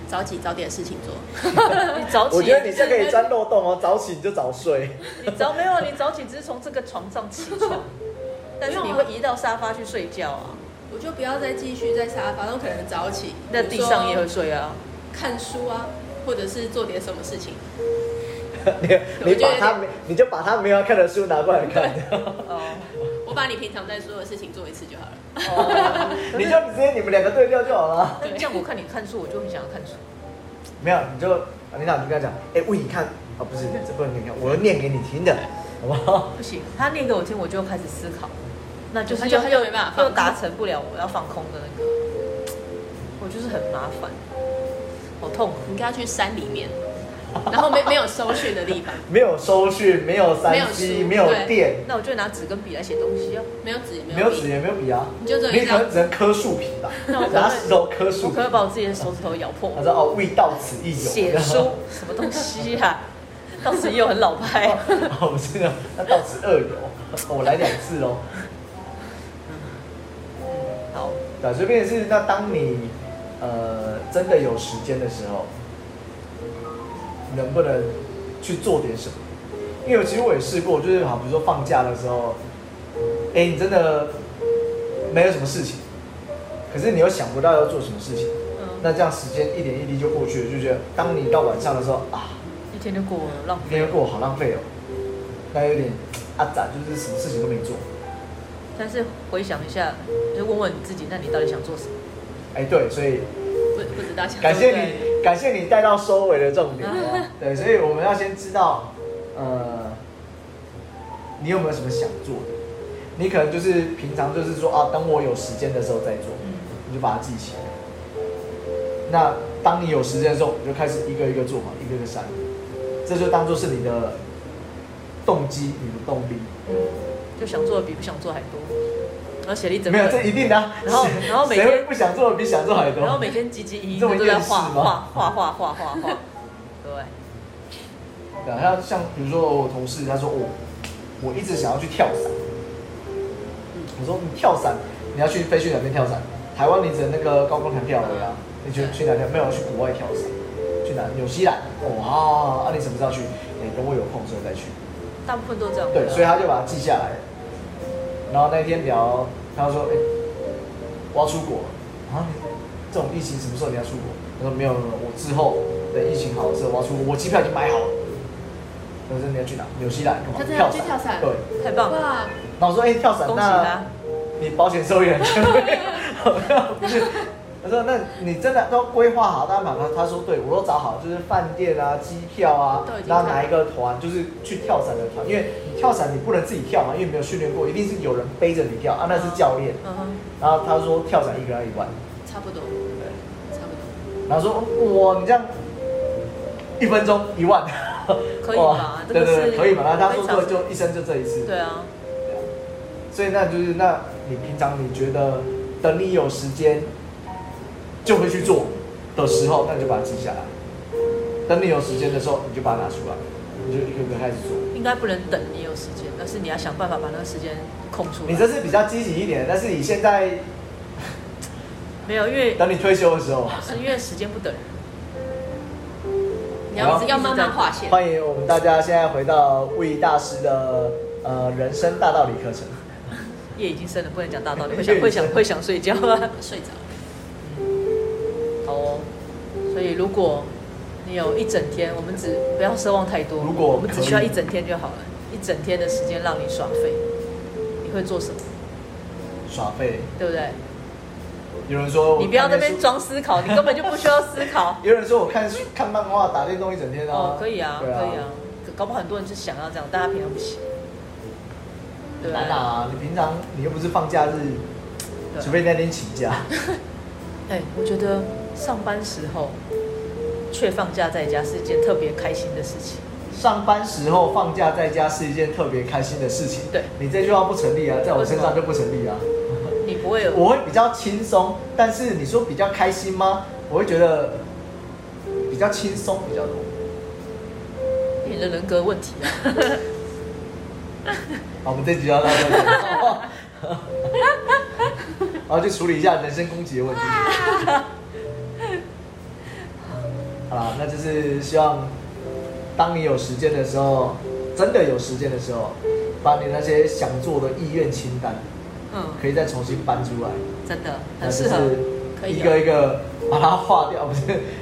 [SPEAKER 3] 早起找点事情
[SPEAKER 1] [laughs]
[SPEAKER 3] 做。
[SPEAKER 2] 你早起，
[SPEAKER 1] 我觉得你现在可以钻漏洞哦，早起你就早睡。
[SPEAKER 2] 你早没有，你早起只是从这个床上起
[SPEAKER 1] [laughs]
[SPEAKER 2] 床，但是你
[SPEAKER 1] 啊
[SPEAKER 2] 会移到沙发去睡觉啊，
[SPEAKER 3] 我就不要再继续在沙发上，可能早起，
[SPEAKER 2] 那地上也会睡啊。
[SPEAKER 3] 看书啊，或者是做点什么事情。
[SPEAKER 1] 你 [laughs] 你
[SPEAKER 3] 我觉得
[SPEAKER 1] 把
[SPEAKER 3] 有
[SPEAKER 1] 他
[SPEAKER 3] 点
[SPEAKER 1] 没，你就把他没有要看的书拿过来看，啊
[SPEAKER 2] 哦，
[SPEAKER 3] 我把你平常在做的事情做一次就好了。 [laughs]
[SPEAKER 2] 哦
[SPEAKER 1] 你就直接你们两个对调就好了。
[SPEAKER 2] 那这样我看你看书，我就很想要看书。
[SPEAKER 1] 没有，你就你那你就跟他讲，哎、喂，你看啊，不是，这不能给你看，我要念给你听的，好不好？
[SPEAKER 2] 不行，他念给我听，我就开始思考，那就是
[SPEAKER 3] 他就
[SPEAKER 2] 又
[SPEAKER 3] 他就没办法放空
[SPEAKER 2] 又达成不了我要放空的那个，我就是很麻烦，好痛苦。
[SPEAKER 3] 你跟他去山里
[SPEAKER 1] [laughs]
[SPEAKER 3] 面，然后没没有搜讯的地方，
[SPEAKER 1] 没有收讯，没有三 C，没
[SPEAKER 3] 没有
[SPEAKER 1] 有
[SPEAKER 3] 书
[SPEAKER 1] 电，
[SPEAKER 2] 那我就拿纸跟笔来写东西啊，
[SPEAKER 3] 没有纸，也
[SPEAKER 1] 没
[SPEAKER 3] 没
[SPEAKER 1] 有
[SPEAKER 3] 有
[SPEAKER 1] 纸，
[SPEAKER 3] 笔，
[SPEAKER 1] 也没有笔啊，
[SPEAKER 3] 你就只有
[SPEAKER 1] 你
[SPEAKER 3] 一
[SPEAKER 1] 可
[SPEAKER 3] 张
[SPEAKER 1] 能只能磕树皮吧
[SPEAKER 2] 那我可，能
[SPEAKER 1] 拿石头磕
[SPEAKER 2] 我
[SPEAKER 1] 树
[SPEAKER 2] 可
[SPEAKER 1] 皮
[SPEAKER 2] 能。把我自己的手指头咬破。
[SPEAKER 1] 他说哦，未到此一游。
[SPEAKER 2] 写书什么东西啊？到时又很老派。
[SPEAKER 1] [laughs] 哦，不是啊，那到此二游，我来两次哦。
[SPEAKER 2] 好，
[SPEAKER 1] 对啊，所以变成是那当你呃真的有时间的时候，能不能去做点什么？因为其实我也试过，就是好，比如说放假的时候，哎、你真的没有什么事情，可是你又想不到要做什么事情，
[SPEAKER 2] 嗯，
[SPEAKER 1] 那这样时间一点一滴就过去了，就觉得当你到晚上的时候啊，
[SPEAKER 2] 一天就过了，浪
[SPEAKER 1] 一
[SPEAKER 2] 费
[SPEAKER 1] 天又。过好浪费哦，那有点啊咋，就是什么事情都没做。
[SPEAKER 2] 但是回想一下，就问问你自己，那你到底想做什么？
[SPEAKER 1] 哎、对，所以
[SPEAKER 3] 不不知道想
[SPEAKER 1] 感谢
[SPEAKER 3] 对
[SPEAKER 1] 你，感谢你带到收尾的重
[SPEAKER 2] [laughs]
[SPEAKER 1] 点哦。对，所以我们要先知道，呃，你有没有什么想做的？你可能就是平常就是说啊，等我有时间的时候再做，
[SPEAKER 2] 嗯
[SPEAKER 1] 你就把它记起来。那当你有时间的时候，你就开始一个一个做嘛，一个一个删，这就当做是你的动机，你的动力。
[SPEAKER 2] 就想做的比不想做还多，然后写了一整
[SPEAKER 1] 没有，这
[SPEAKER 2] 本，
[SPEAKER 1] 一定的啊、
[SPEAKER 2] 然后然后每
[SPEAKER 1] 谁会
[SPEAKER 2] 天
[SPEAKER 1] 不想做的比想做还多？
[SPEAKER 2] 然后每天汲汲营营
[SPEAKER 1] 这么
[SPEAKER 2] 的都在
[SPEAKER 1] 厌世
[SPEAKER 2] 画
[SPEAKER 1] 吗
[SPEAKER 2] 画画画画画画，对，
[SPEAKER 1] 对啊，他像比如说我同事，他说我我一直想要去跳伞，我说你跳伞，你要去飞去哪边跳伞？台湾你只能那个高空弹跳而已啊，你觉得去哪跳？没有，啊去国外跳伞，去哪？纽西兰。哦好好好，啊你什么时候去？哎、等我有空的时候再去。
[SPEAKER 2] 大部分都这样。
[SPEAKER 1] 对，所以他就把它记下来了。然后那天聊，他就说：“哎、我要出国了啊！这种疫情什么时候你要出国？”我说：“没有，没有，我之后等疫情好的时候我要出国，我机票已经买好了。”我说：“你要去哪？纽西兰干嘛？
[SPEAKER 3] 他真的要去跳伞
[SPEAKER 1] 对。
[SPEAKER 2] 太棒了，
[SPEAKER 3] 哇，
[SPEAKER 1] 然后我说：“哎、跳伞
[SPEAKER 2] 恭喜
[SPEAKER 1] 那
[SPEAKER 2] 他。
[SPEAKER 1] 你保险收益很全面。不是，他说：“那你真的都规划好，大家马上。”他说：“对，我都找好，就是饭店啊、机票啊
[SPEAKER 3] 都已，经
[SPEAKER 1] 然后
[SPEAKER 3] 看
[SPEAKER 1] 哪一个团，就是去跳伞的团，因为你跳伞你不能自己跳嘛，因为没有训练过，一定是有人背着你跳啊，那是教练。
[SPEAKER 2] 嗯哼，
[SPEAKER 1] 然后他说跳伞一个人要一万，
[SPEAKER 3] 差不多，
[SPEAKER 1] 对，
[SPEAKER 3] 差不多，
[SPEAKER 1] 然后说哇，你这样一分钟一万，
[SPEAKER 2] 可以
[SPEAKER 1] [laughs]
[SPEAKER 2] 吧
[SPEAKER 1] 哇
[SPEAKER 2] 这个
[SPEAKER 1] 对对
[SPEAKER 2] 是
[SPEAKER 1] 对，可以吧？然后他说
[SPEAKER 2] 非常
[SPEAKER 1] 这就一生就这一次，
[SPEAKER 2] 对啊，
[SPEAKER 1] 所以那就是那你平常你觉得等你有时间就会去做的时候，那你就把它记下来；等你有时间的时候，你就把它拿出来，你就一个一个开始做。
[SPEAKER 2] 应该不能等你有时间，而是你要想办法把那个时间空出来。
[SPEAKER 1] 你这是比较积极一点，但是你现在
[SPEAKER 2] 没有，因为
[SPEAKER 1] 等你退休的时候，
[SPEAKER 2] 是因为时间不等人。
[SPEAKER 3] 你要
[SPEAKER 1] 好
[SPEAKER 3] 要慢慢划线。
[SPEAKER 1] 欢迎我们大家现在回到魏大师的呃人生大道理课程。
[SPEAKER 2] 夜已经深了，不能讲大道理，会
[SPEAKER 1] [laughs] 夜已
[SPEAKER 2] 想会想
[SPEAKER 1] 深了
[SPEAKER 2] 会想睡觉啊。
[SPEAKER 3] 睡着了，
[SPEAKER 2] 好哦，所以如果你有一整天，我们只不要奢望太多，
[SPEAKER 1] 如果
[SPEAKER 2] 我们只需要
[SPEAKER 1] 可以
[SPEAKER 2] 一整天就好了，一整天的时间让你耍废，你会做什么？
[SPEAKER 1] 耍废，
[SPEAKER 2] 对不对？
[SPEAKER 1] 有人说我
[SPEAKER 2] 你不要在
[SPEAKER 1] 看
[SPEAKER 2] 那边
[SPEAKER 1] 书，。
[SPEAKER 2] 装思考，你根本就不需要思考
[SPEAKER 1] 有人说我看书看漫画打电动一整天啊，
[SPEAKER 2] 哦，可以啊，可
[SPEAKER 1] [laughs] 对
[SPEAKER 2] 以啊，搞不好很多人就想要这样，但他平常不行。对
[SPEAKER 1] 难
[SPEAKER 2] 啊，
[SPEAKER 1] 啊！你平常你又不是放假日，
[SPEAKER 2] 对啊
[SPEAKER 1] 除非那天请假，
[SPEAKER 2] 哎、我觉得上班时候却放假在家是一件特别开心的事情。
[SPEAKER 1] 上班时候放假在家是一件特别开心的事情。
[SPEAKER 2] 对
[SPEAKER 1] 你这句话不成立啊，在我身上
[SPEAKER 2] 为什
[SPEAKER 1] 就
[SPEAKER 2] 么
[SPEAKER 1] 不成立啊。
[SPEAKER 2] 你不会有
[SPEAKER 1] 我会比较轻松，但是你说比较开心吗？我会觉得比较轻松比较多。
[SPEAKER 2] 你的人格问题啊。
[SPEAKER 1] 好，我们这集就要到这里，然后去处理一下人身攻击的问题。好啦，那就是希望当你有时间的时候，真的有时间的时候，把你那些想做的意愿清单，
[SPEAKER 2] 嗯，
[SPEAKER 1] 可以再重新搬出来，
[SPEAKER 2] 真的
[SPEAKER 1] 那
[SPEAKER 2] 很
[SPEAKER 1] 就
[SPEAKER 2] 适合，
[SPEAKER 1] 是
[SPEAKER 3] 可以
[SPEAKER 1] 一
[SPEAKER 3] 的
[SPEAKER 1] 个一个把它划掉，不是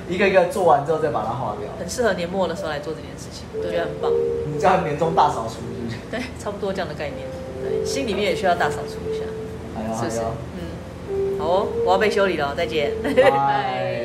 [SPEAKER 1] 一个一个做完之后再把它划掉。
[SPEAKER 2] 很适合年末的时候来做这件事情，我觉
[SPEAKER 3] 对
[SPEAKER 2] 得很棒。
[SPEAKER 1] 你这样年终大扫除是不是？
[SPEAKER 2] 对，差不多这样的概念。对，心里面也需要大扫除一下，
[SPEAKER 1] 还有
[SPEAKER 2] 是
[SPEAKER 1] 还
[SPEAKER 2] 不是
[SPEAKER 1] 有，？
[SPEAKER 2] 嗯，好哦，我要被修理了，再见。
[SPEAKER 1] 拜
[SPEAKER 3] 拜